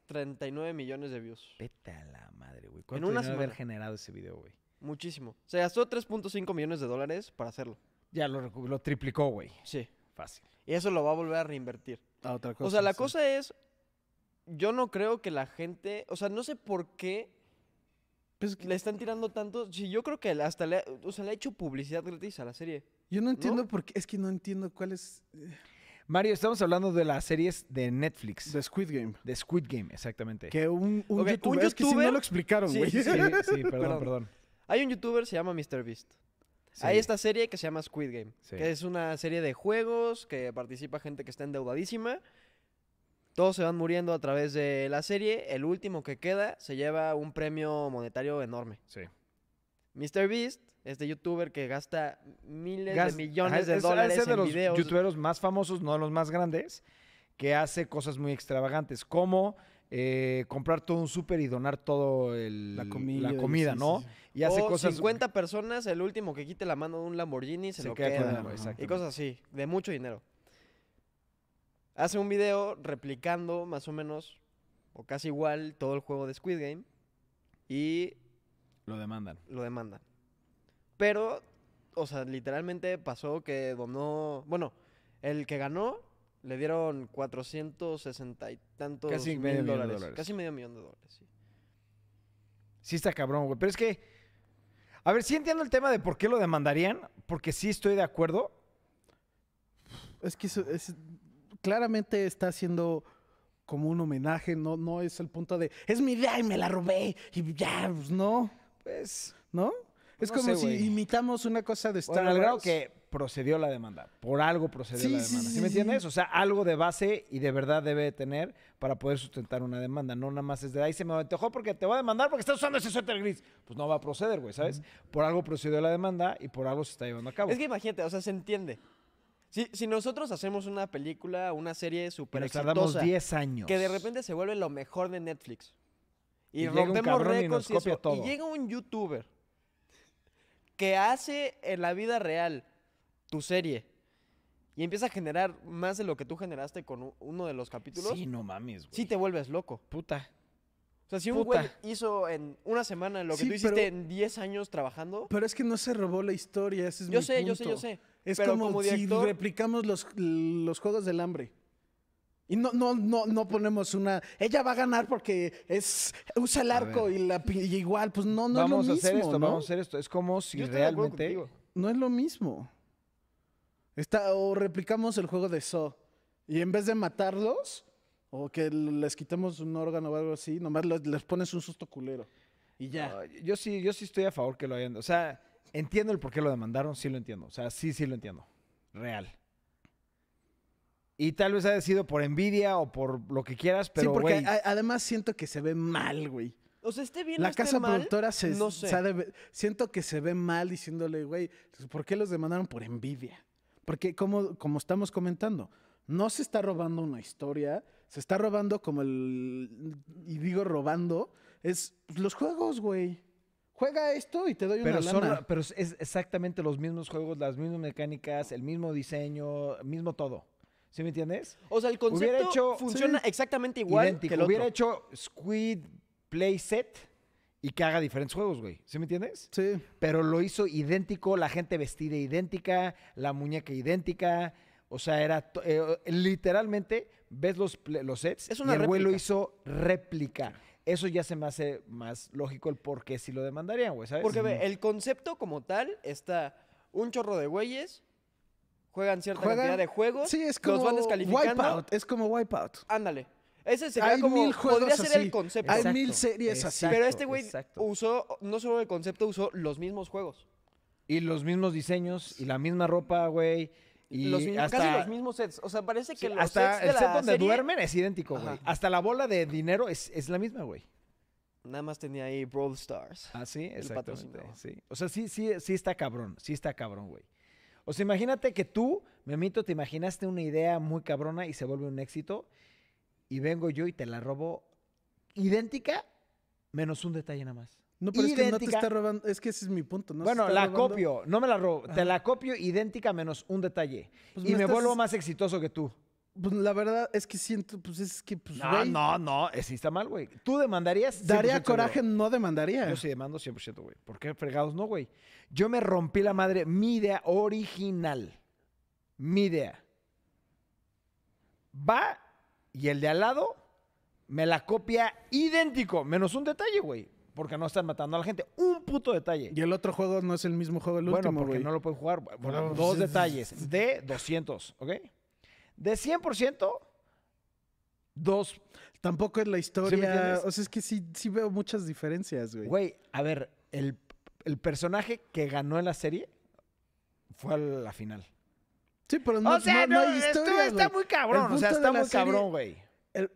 139 millones de views.
Vete a la madre, güey. ¿Cuánto
una
dinero debe haber
semana.
generado ese video, güey?
Muchísimo. Se gastó 3.5 millones de dólares para hacerlo.
Ya lo, recu- lo triplicó, güey.
Sí.
Fácil.
Y eso lo va a volver a reinvertir.
Ah, otra cosa.
O sea, la
sí.
cosa es, yo no creo que la gente, o sea, no sé por qué
Pues es que
le están tirando tanto. Sí, yo creo que le- hasta le, ha- o sea, le ha hecho publicidad gratis a la serie.
yo no entiendo por qué. Es que no entiendo cuál es. eh,
Mario, estamos hablando de las series de Netflix.
The Squid Game.
De Squid Game, exactamente.
Que un, un
Ok, un
youtuber. Es que si no
youtuber-
lo explicaron,
Sí,
güey.
Sí, sí, perdón,
Perdón.
perdón.
Hay un youtuber, se llama MrBeast.
Sí.
Hay esta serie que se llama Squid Game,
Sí.
que es una serie de juegos que participa gente que está endeudadísima. Todos se van muriendo a través de la serie. El último que queda se lleva un premio monetario enorme.
Sí.
Mr. Beast, este youtuber que gasta miles
Gas-
de
Ajá,
millones
es-
de
es-
dólares
es de
en
los
videos.
youtuberos más famosos, no de los más grandes, que hace cosas muy extravagantes, como eh, comprar todo un súper y donar todo el,
La comida, sí, sí,
¿no?
sí.
Y hace
o
cosas
50 personas, el último que quite la mano de un Lamborghini se,
se
lo
queda con
queda.
algo,
¿no?
exactamente.
y cosas así, de mucho dinero. Hace un video replicando más o menos, o casi igual, todo el juego de Squid Game. Y
Lo demandan.
lo demandan. Pero, o sea, literalmente pasó que donó. Bueno, el que ganó Le dieron 460 y tantos
Casi
mil
medio millón de
dólares.
dólares. Ah,
Casi medio millón de dólares, sí.
Sí está cabrón, güey. Pero es que, a ver, sí entiendo el tema de por qué lo demandarían, porque sí estoy de acuerdo.
Es que eso es- claramente está haciendo como un homenaje, no, no es el punto de, es mi idea y me la robé y ya, pues no,
Pues,
¿no? Es
No
como
sé,
si
güey.
imitamos una cosa de Star
bueno, al grado
pues,
Wars.
que procedió la demanda. Por algo procedió
Sí,
la
sí,
demanda. ¿Sí,
sí,
me
sí.
entiendes? O sea, algo de base y de verdad debe tener para poder sustentar una demanda. No nada más es de ahí se me antojó porque te voy a demandar porque estás usando ese suéter gris. Pues no va a proceder, güey, ¿sabes? Por algo procedió la demanda y por algo se está llevando a cabo.
Es que imagínate, o sea, se entiende. Si, si nosotros hacemos una película, una serie
Y
súper
nos tardamos
exitosa,
10 años.
que de repente se vuelve lo mejor de Netflix.
Y
Y,
llega un
rompemos
cabrón y nos
récords y,
copia
eso,
todo.
y llega un youtuber que hace en la vida real tu serie y empieza a generar más de lo que tú generaste con u- uno de los capítulos,
Sí,
sí,
no mames, güey.
te vuelves loco.
puta.
O sea, si un güey
Puta.
hizo en una semana lo que
Sí,
tú hiciste
pero-
en 10 años trabajando,
Pero es que no se robó la historia, ese es
yo
mi
sé, yo sé, yo
punto.
sé.
Es
pero
como,
como
si
director-
replicamos los, los Juegos del Hambre. Y no, no, no, no ponemos una. Ella va a ganar porque es usa el
A
arco
ver.
y la pi- y igual, pues no, no
vamos
es lo
a hacer
mismo.
esto,
¿no?
vamos a hacer esto. Es como si
Yo estoy de acuerdo
realmente.
contigo.
No es lo mismo. Está, o replicamos el juego de Saw. Y en vez de matarlos, o que l- les quitamos un órgano o algo así, nomás lo- les pones un susto culero. Y ya.
No, yo sí, yo sí estoy a favor que lo hayan. O sea, entiendo el por qué lo demandaron, sí lo entiendo. O sea, sí, sí lo entiendo. Real. Y tal vez haya sido por envidia o por lo que quieras, pero
sí, porque
güey,
a- además siento que se ve mal, güey.
O sea, esté bien o
La
esté
casa
mal,
productora se,
no sé.
se ha de ve- siento que se ve mal diciéndole, güey, pues, ¿por qué los demandaron por envidia? Porque como, como estamos comentando, no se está robando una historia, se está robando como el y digo robando es pues, los juegos, güey. Juega esto y te doy una
pero, son-
lana.
pero es exactamente los mismos juegos, las mismas mecánicas, el mismo diseño, mismo todo. ¿Sí me entiendes?
O sea, el
Hubiera
concepto
hecho-
funciona
sí.
exactamente igual que
Idéntico.
el otro.
Hubiera hecho Squid Play Set y que haga diferentes juegos, güey. ¿Sí me entiendes?
Sí.
pero lo hizo idéntico, la gente vestida idéntica, la muñeca idéntica. O sea, era to- eh, literalmente, ves los, pl- los sets
Es una
y el güey lo
réplica.
hizo réplica. Eso ya se me hace más lógico el por qué si lo demandarían, güey, ¿sabes?
Porque ve, el concepto como tal está un chorro de güeyes, juegan cierta
Juegan-
cantidad de juegos,
Sí, es
los van
como
descalificando.
Wipeout, es como Wipeout.
Ándale. Ese sería
Hay
como
mil juegos
podría ser
así.
el concepto.
Hay mil series así.
Pero este güey
exacto.
usó no solo el concepto, usó los mismos juegos.
Y los mismos diseños y la misma ropa, güey. Y
los mismos-
hasta,
casi los mismos sets. O sea, parece que
sí,
los
hasta
sets de
el set
la
donde
serie-
duermen es idéntico,
Ajá.
güey. Hasta la bola de dinero es, es la misma, güey.
Nada más tenía ahí Brawl Stars.
Ah, sí, exactamente.
patrocinador.
Sí. O sea, sí, sí, sí está cabrón, sí está cabrón, güey. O sea, imagínate que tú, Memito, te imaginaste una idea muy cabrona y se vuelve un éxito y vengo yo y te la robo idéntica, menos un detalle nada más.
No, pero es que no te
Idéntica.
está robando, es que ese es mi punto, no se
bueno,
está
la
robando.
copio, no me la robo, te la copio idéntica menos un detalle
Pues
y
me
me
estás-
vuelvo más exitoso que tú.
Pues la verdad es que siento, pues es que pues
No,
güey,
no, no, eh, sí pues, está mal, güey. Tú demandarías.
daría
100% seguro.
coraje, no demandaría.
Yo sí demando 100%, güey. ¿Por qué fregados no, güey? Yo me rompí la madre, mi idea original. Mi idea. Va y el de al lado me la copia idéntico, menos un detalle, güey. Porque no están matando a la gente. Un puto detalle.
Y el otro juego no es el mismo juego, el
bueno,
último,
porque
güey.
no lo pueden jugar. güey. Bueno,
No,
dos
sí, sí,
detalles. De 200, ¿ok? De 100%, dos
Tampoco es la historia.
entiendes?
o sea, es que sí, sí veo muchas diferencias, güey.
Güey, a ver, el, el personaje que ganó en la serie fue a la final.
Sí, pero no, no, no hay historia.
esto está
güey.
muy cabrón.
El
O sea, está
punto de la
muy
serie-
cabrón, güey.
El-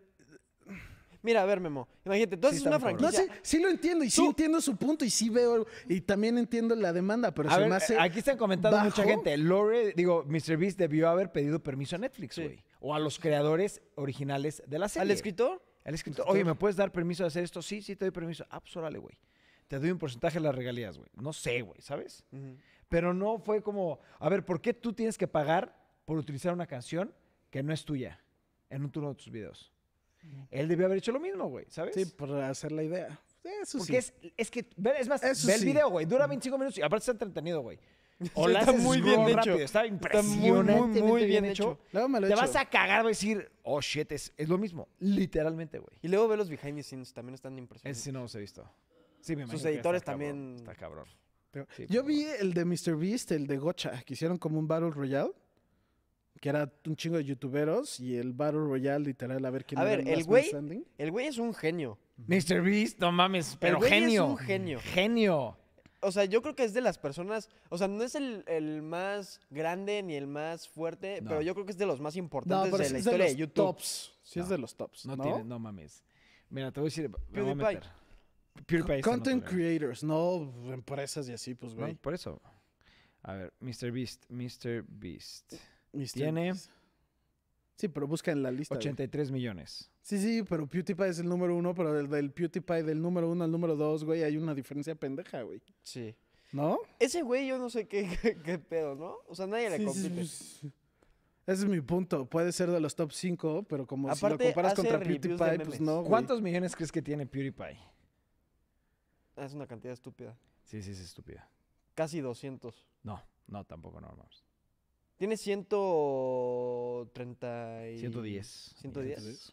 Mira, a ver, Memo. Imagínate, tú haces
está
una
muy cabrón.
no,
franquicia.
sí, sí lo entiendo y sí
Tú-
entiendo su punto y sí veo y también entiendo la demanda, pero
A
se
ver,
me hace
aquí están comentando mucha
bajo.
gente. Lore, digo, Mr. Beast debió haber pedido permiso a Netflix,
Sí.
güey. O a los creadores originales de la serie.
Al escritor,
Al escritor. Oye, ¿me puedes dar permiso de hacer esto? Sí, sí, te doy permiso. Ah, pues órale, güey. Te doy un porcentaje de las regalías, güey. No sé, güey, ¿sabes?
Ujú.
Pero no fue como, a ver, ¿por qué tú tienes que pagar por utilizar una canción que no es tuya en un turno de tus videos? Él debió haber hecho lo mismo, güey, ¿sabes?
Sí, por hacer la idea. Eso
Porque
sí.
es, es que, ve- es más,
Eso
ve el
sí.
video, güey, dura 25 minutos y aparte está entretenido, güey. O
Sí,
la
está
haces
muy
scroll
bien hecho.
rápido. Está
Está muy, muy,
impresionante.
muy bien hecho.
Luego me lo he
Te
hecho.
vas a cagar, va a decir, oh shit, es, es lo mismo. Literalmente, güey.
Y luego ve los behind the scenes, también están
Ese
impresionantes.
sí no los he visto. Sí, me imagino
Sus
que está
editores
cabrón,
también-
Está cabrón.
Pero-
Sí,
Yo
pero-
vi el de Mr. Beast, el de Gocha, que hicieron como un Battle Royale, que era un chingo de youtuberos y el Battle Royale literal a ver quién
A
era
ver, el
last man
güey-
standing.
El güey es un genio.
Mr. Beast, no mames, pero
güey es
genio.
un genio.
Genio.
O sea, yo creo que es de las personas. O sea, no es el, el más grande ni el más fuerte,
No.
pero yo creo que es de los más
No,
importantes
pero
de
sí
la
es
historia de,
los
YouTube.
tops. Sí es
No.
de los tops,
No,
¿no?
tiene, no mames. Mira, te voy a decir. me voy a
PewDiePie.
meter. PewDiePie. está en otro nivel.
Content creators, no empresas y así, pues,
No,
güey.
Por eso. A ver, Mr. Beast, Mr. Beast.
Mr.
Tiene-
Beast. Sí, pero busca en la lista. güey.
83 millones.
Sí, sí, pero PewDiePie es el número uno, pero del, del PewDiePie del número uno al número dos, güey, hay una diferencia pendeja, güey.
Sí.
¿No?
Ese güey, yo no sé qué, qué, qué pedo, ¿no? O sea, nadie le
Sí, sí,
compite.
pues, Ese es mi punto. Puede ser de los top 5, pero como si
Aparte,
lo comparas
hace
contra
reviews de
PewDiePie,
memes.
pues no, güey.
¿Cuántos millones crees que tiene PewDiePie?
Ah, Es una cantidad estúpida.
Sí, sí, es estúpida.
Casi 200.
No, no, tampoco, no, mames.
Tiene 130 y...
110.
110.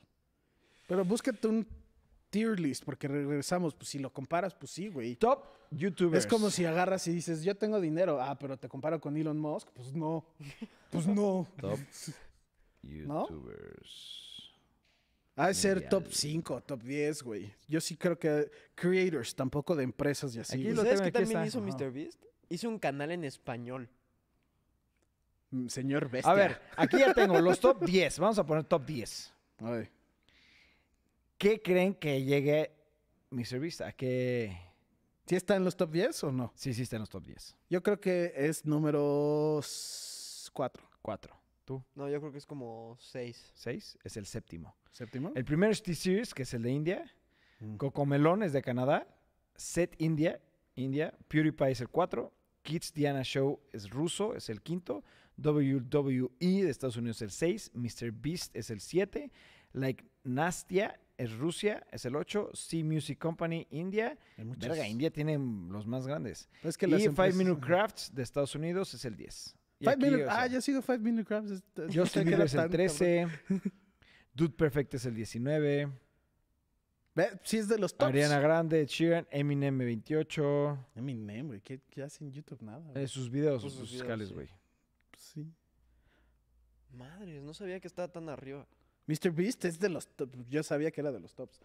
Pero búscate un tier list, porque regresamos, pues si lo comparas, pues sí, güey.
Top YouTubers.
Es como si agarras y dices, yo tengo dinero, ah, pero te comparo con Elon Musk, pues no. Pues no.
Top
¿No?
YouTubers.
Ha de ser
Mundial.
top 5, top 10, güey. Yo sí creo que creators, tampoco de empresas y así.
Aquí
¿Y
güey.
lo
sabes
tengo,
qué
aquí
también
está.
hizo
Ajá.
MrBeast? Hizo un canal en español.
Mm, Señor bestia.
A ver, aquí ya tengo los top 10. Vamos a poner top 10.
Ay.
¿Qué creen que llegue Mr. Beast? ¿A qué?
¿Sí está en los top 10 o no?
Sí, sí, está en los top 10.
Yo creo que es número 4.
Cuatro. ¿Tú?
No, yo creo que es como 6.
Seis. Es el séptimo.
¿Séptimo?
El primero es T-Series, que es el de India.
Mm.
Cocomelón es de Canadá. Set India, India. PewDiePie es el 4. Kids Diana Show es ruso, es el quinto. WWE de Estados Unidos es el 6. Mr. Beast es el 7. Like Nastia es Rusia, es el 8. C Music Company, India.
Hay muchos.
Verga, India tiene los más grandes.
Pero Es que
y
las
Five
empresas-
Minute Crafts de Estados Unidos es el 10. Y
Five
aquí,
Minute-
o sea,
Ah, yo sigo Five Minute Crafts. es- yo
Justin
pensé que
Bieber
era
es el
tan
13. Dude Perfect es el 19.
cabrón. Ve, Sí es de los tops.
Ariana Grande, Ed Sheeran, Eminem 28.
Eminem, güey. ¿Qué, qué hace en YouTube? Nada. güey. Pues
Eh, sus videos
Pues sus videos,
musicales,
sí.
güey.
Sí.
Madres, no sabía que estaba tan arriba.
Mr. Beast es de los tops. Yo sabía que era de los tops.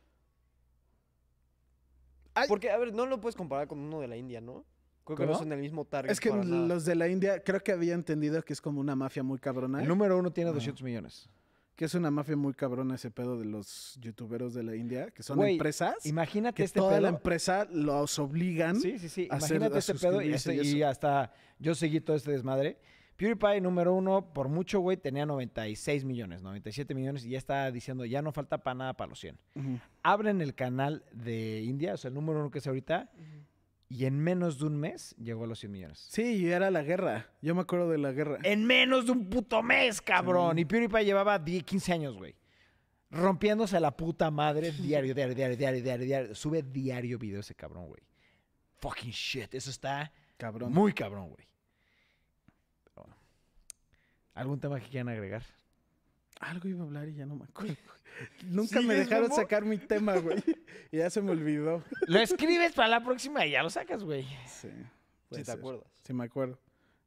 Ay.
Porque, a ver, no lo puedes comparar con uno de la India, ¿no? Creo que no
¿Cómo?
son el mismo target
Es que
para nada.
los de la India, creo que había entendido que es como una mafia muy cabrona.
El número uno tiene
Ah.
200 millones.
Que es una mafia muy cabrona ese pedo de los youtuberos de la India, que son
Güey,
empresas.
Imagínate
Que
este
toda
pedo.
la empresa los obligan.
sí, sí, sí.
a hacer-
Imagínate
a
este pedo y,
suscribirse
este-
y
y hasta yo seguí todo este desmadre. PewDiePie número uno, por mucho, güey, tenía 96 millones, 97 millones y ya está diciendo, ya no falta para nada para los 100.
Ujú.
Abren el canal de India, o sea, el número uno que es ahorita, y en menos de un mes llegó a los 100 millones.
Sí, y era la guerra. Yo me acuerdo de la guerra.
En menos de un puto mes, cabrón. Y PewDiePie llevaba 10, 15 años, güey. Rompiéndose la puta madre diario, diario, diario, diario, diario, diario. Sube diario video ese cabrón, güey. Fucking shit. Eso está
Cabrón.
muy cabrón, güey. Pero bueno. ¿Algún tema que quieran agregar?
Algo iba a hablar y ya no me acuerdo. güey. Nunca me
¿Sigues,
dejaron
Memo?
sacar mi tema, güey. Y ya se me olvidó.
Lo escribes para la próxima y ya lo sacas, güey.
Si
Sí. puede
te
ser.
acuerdas.
Sí, me acuerdo.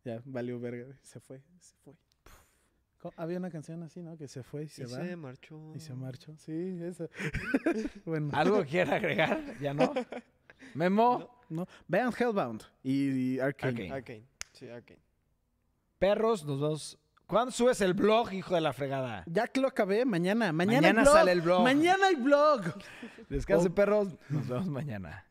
Ya, valió verga. güey. Se fue, se fue. Co- Había una canción así, ¿no? Que se fue y se
Y
va.
se marchó.
Y se marchó. Sí, esa. bueno.
¿Algo que quieran agregar? ¿Ya no? Memo,
No. Vean Hellbound y, y Arcane.
Arcane.
Arcane. Sí, Arcane.
perros, nos vamos. ¿Cuándo subes el blog, hijo de la fregada?
Ya que lo acabé, mañana. Mañana, hay
Mañana sale el blog.
Mañana hay blog. Oh.
Descansen, perros. Nos vemos mañana.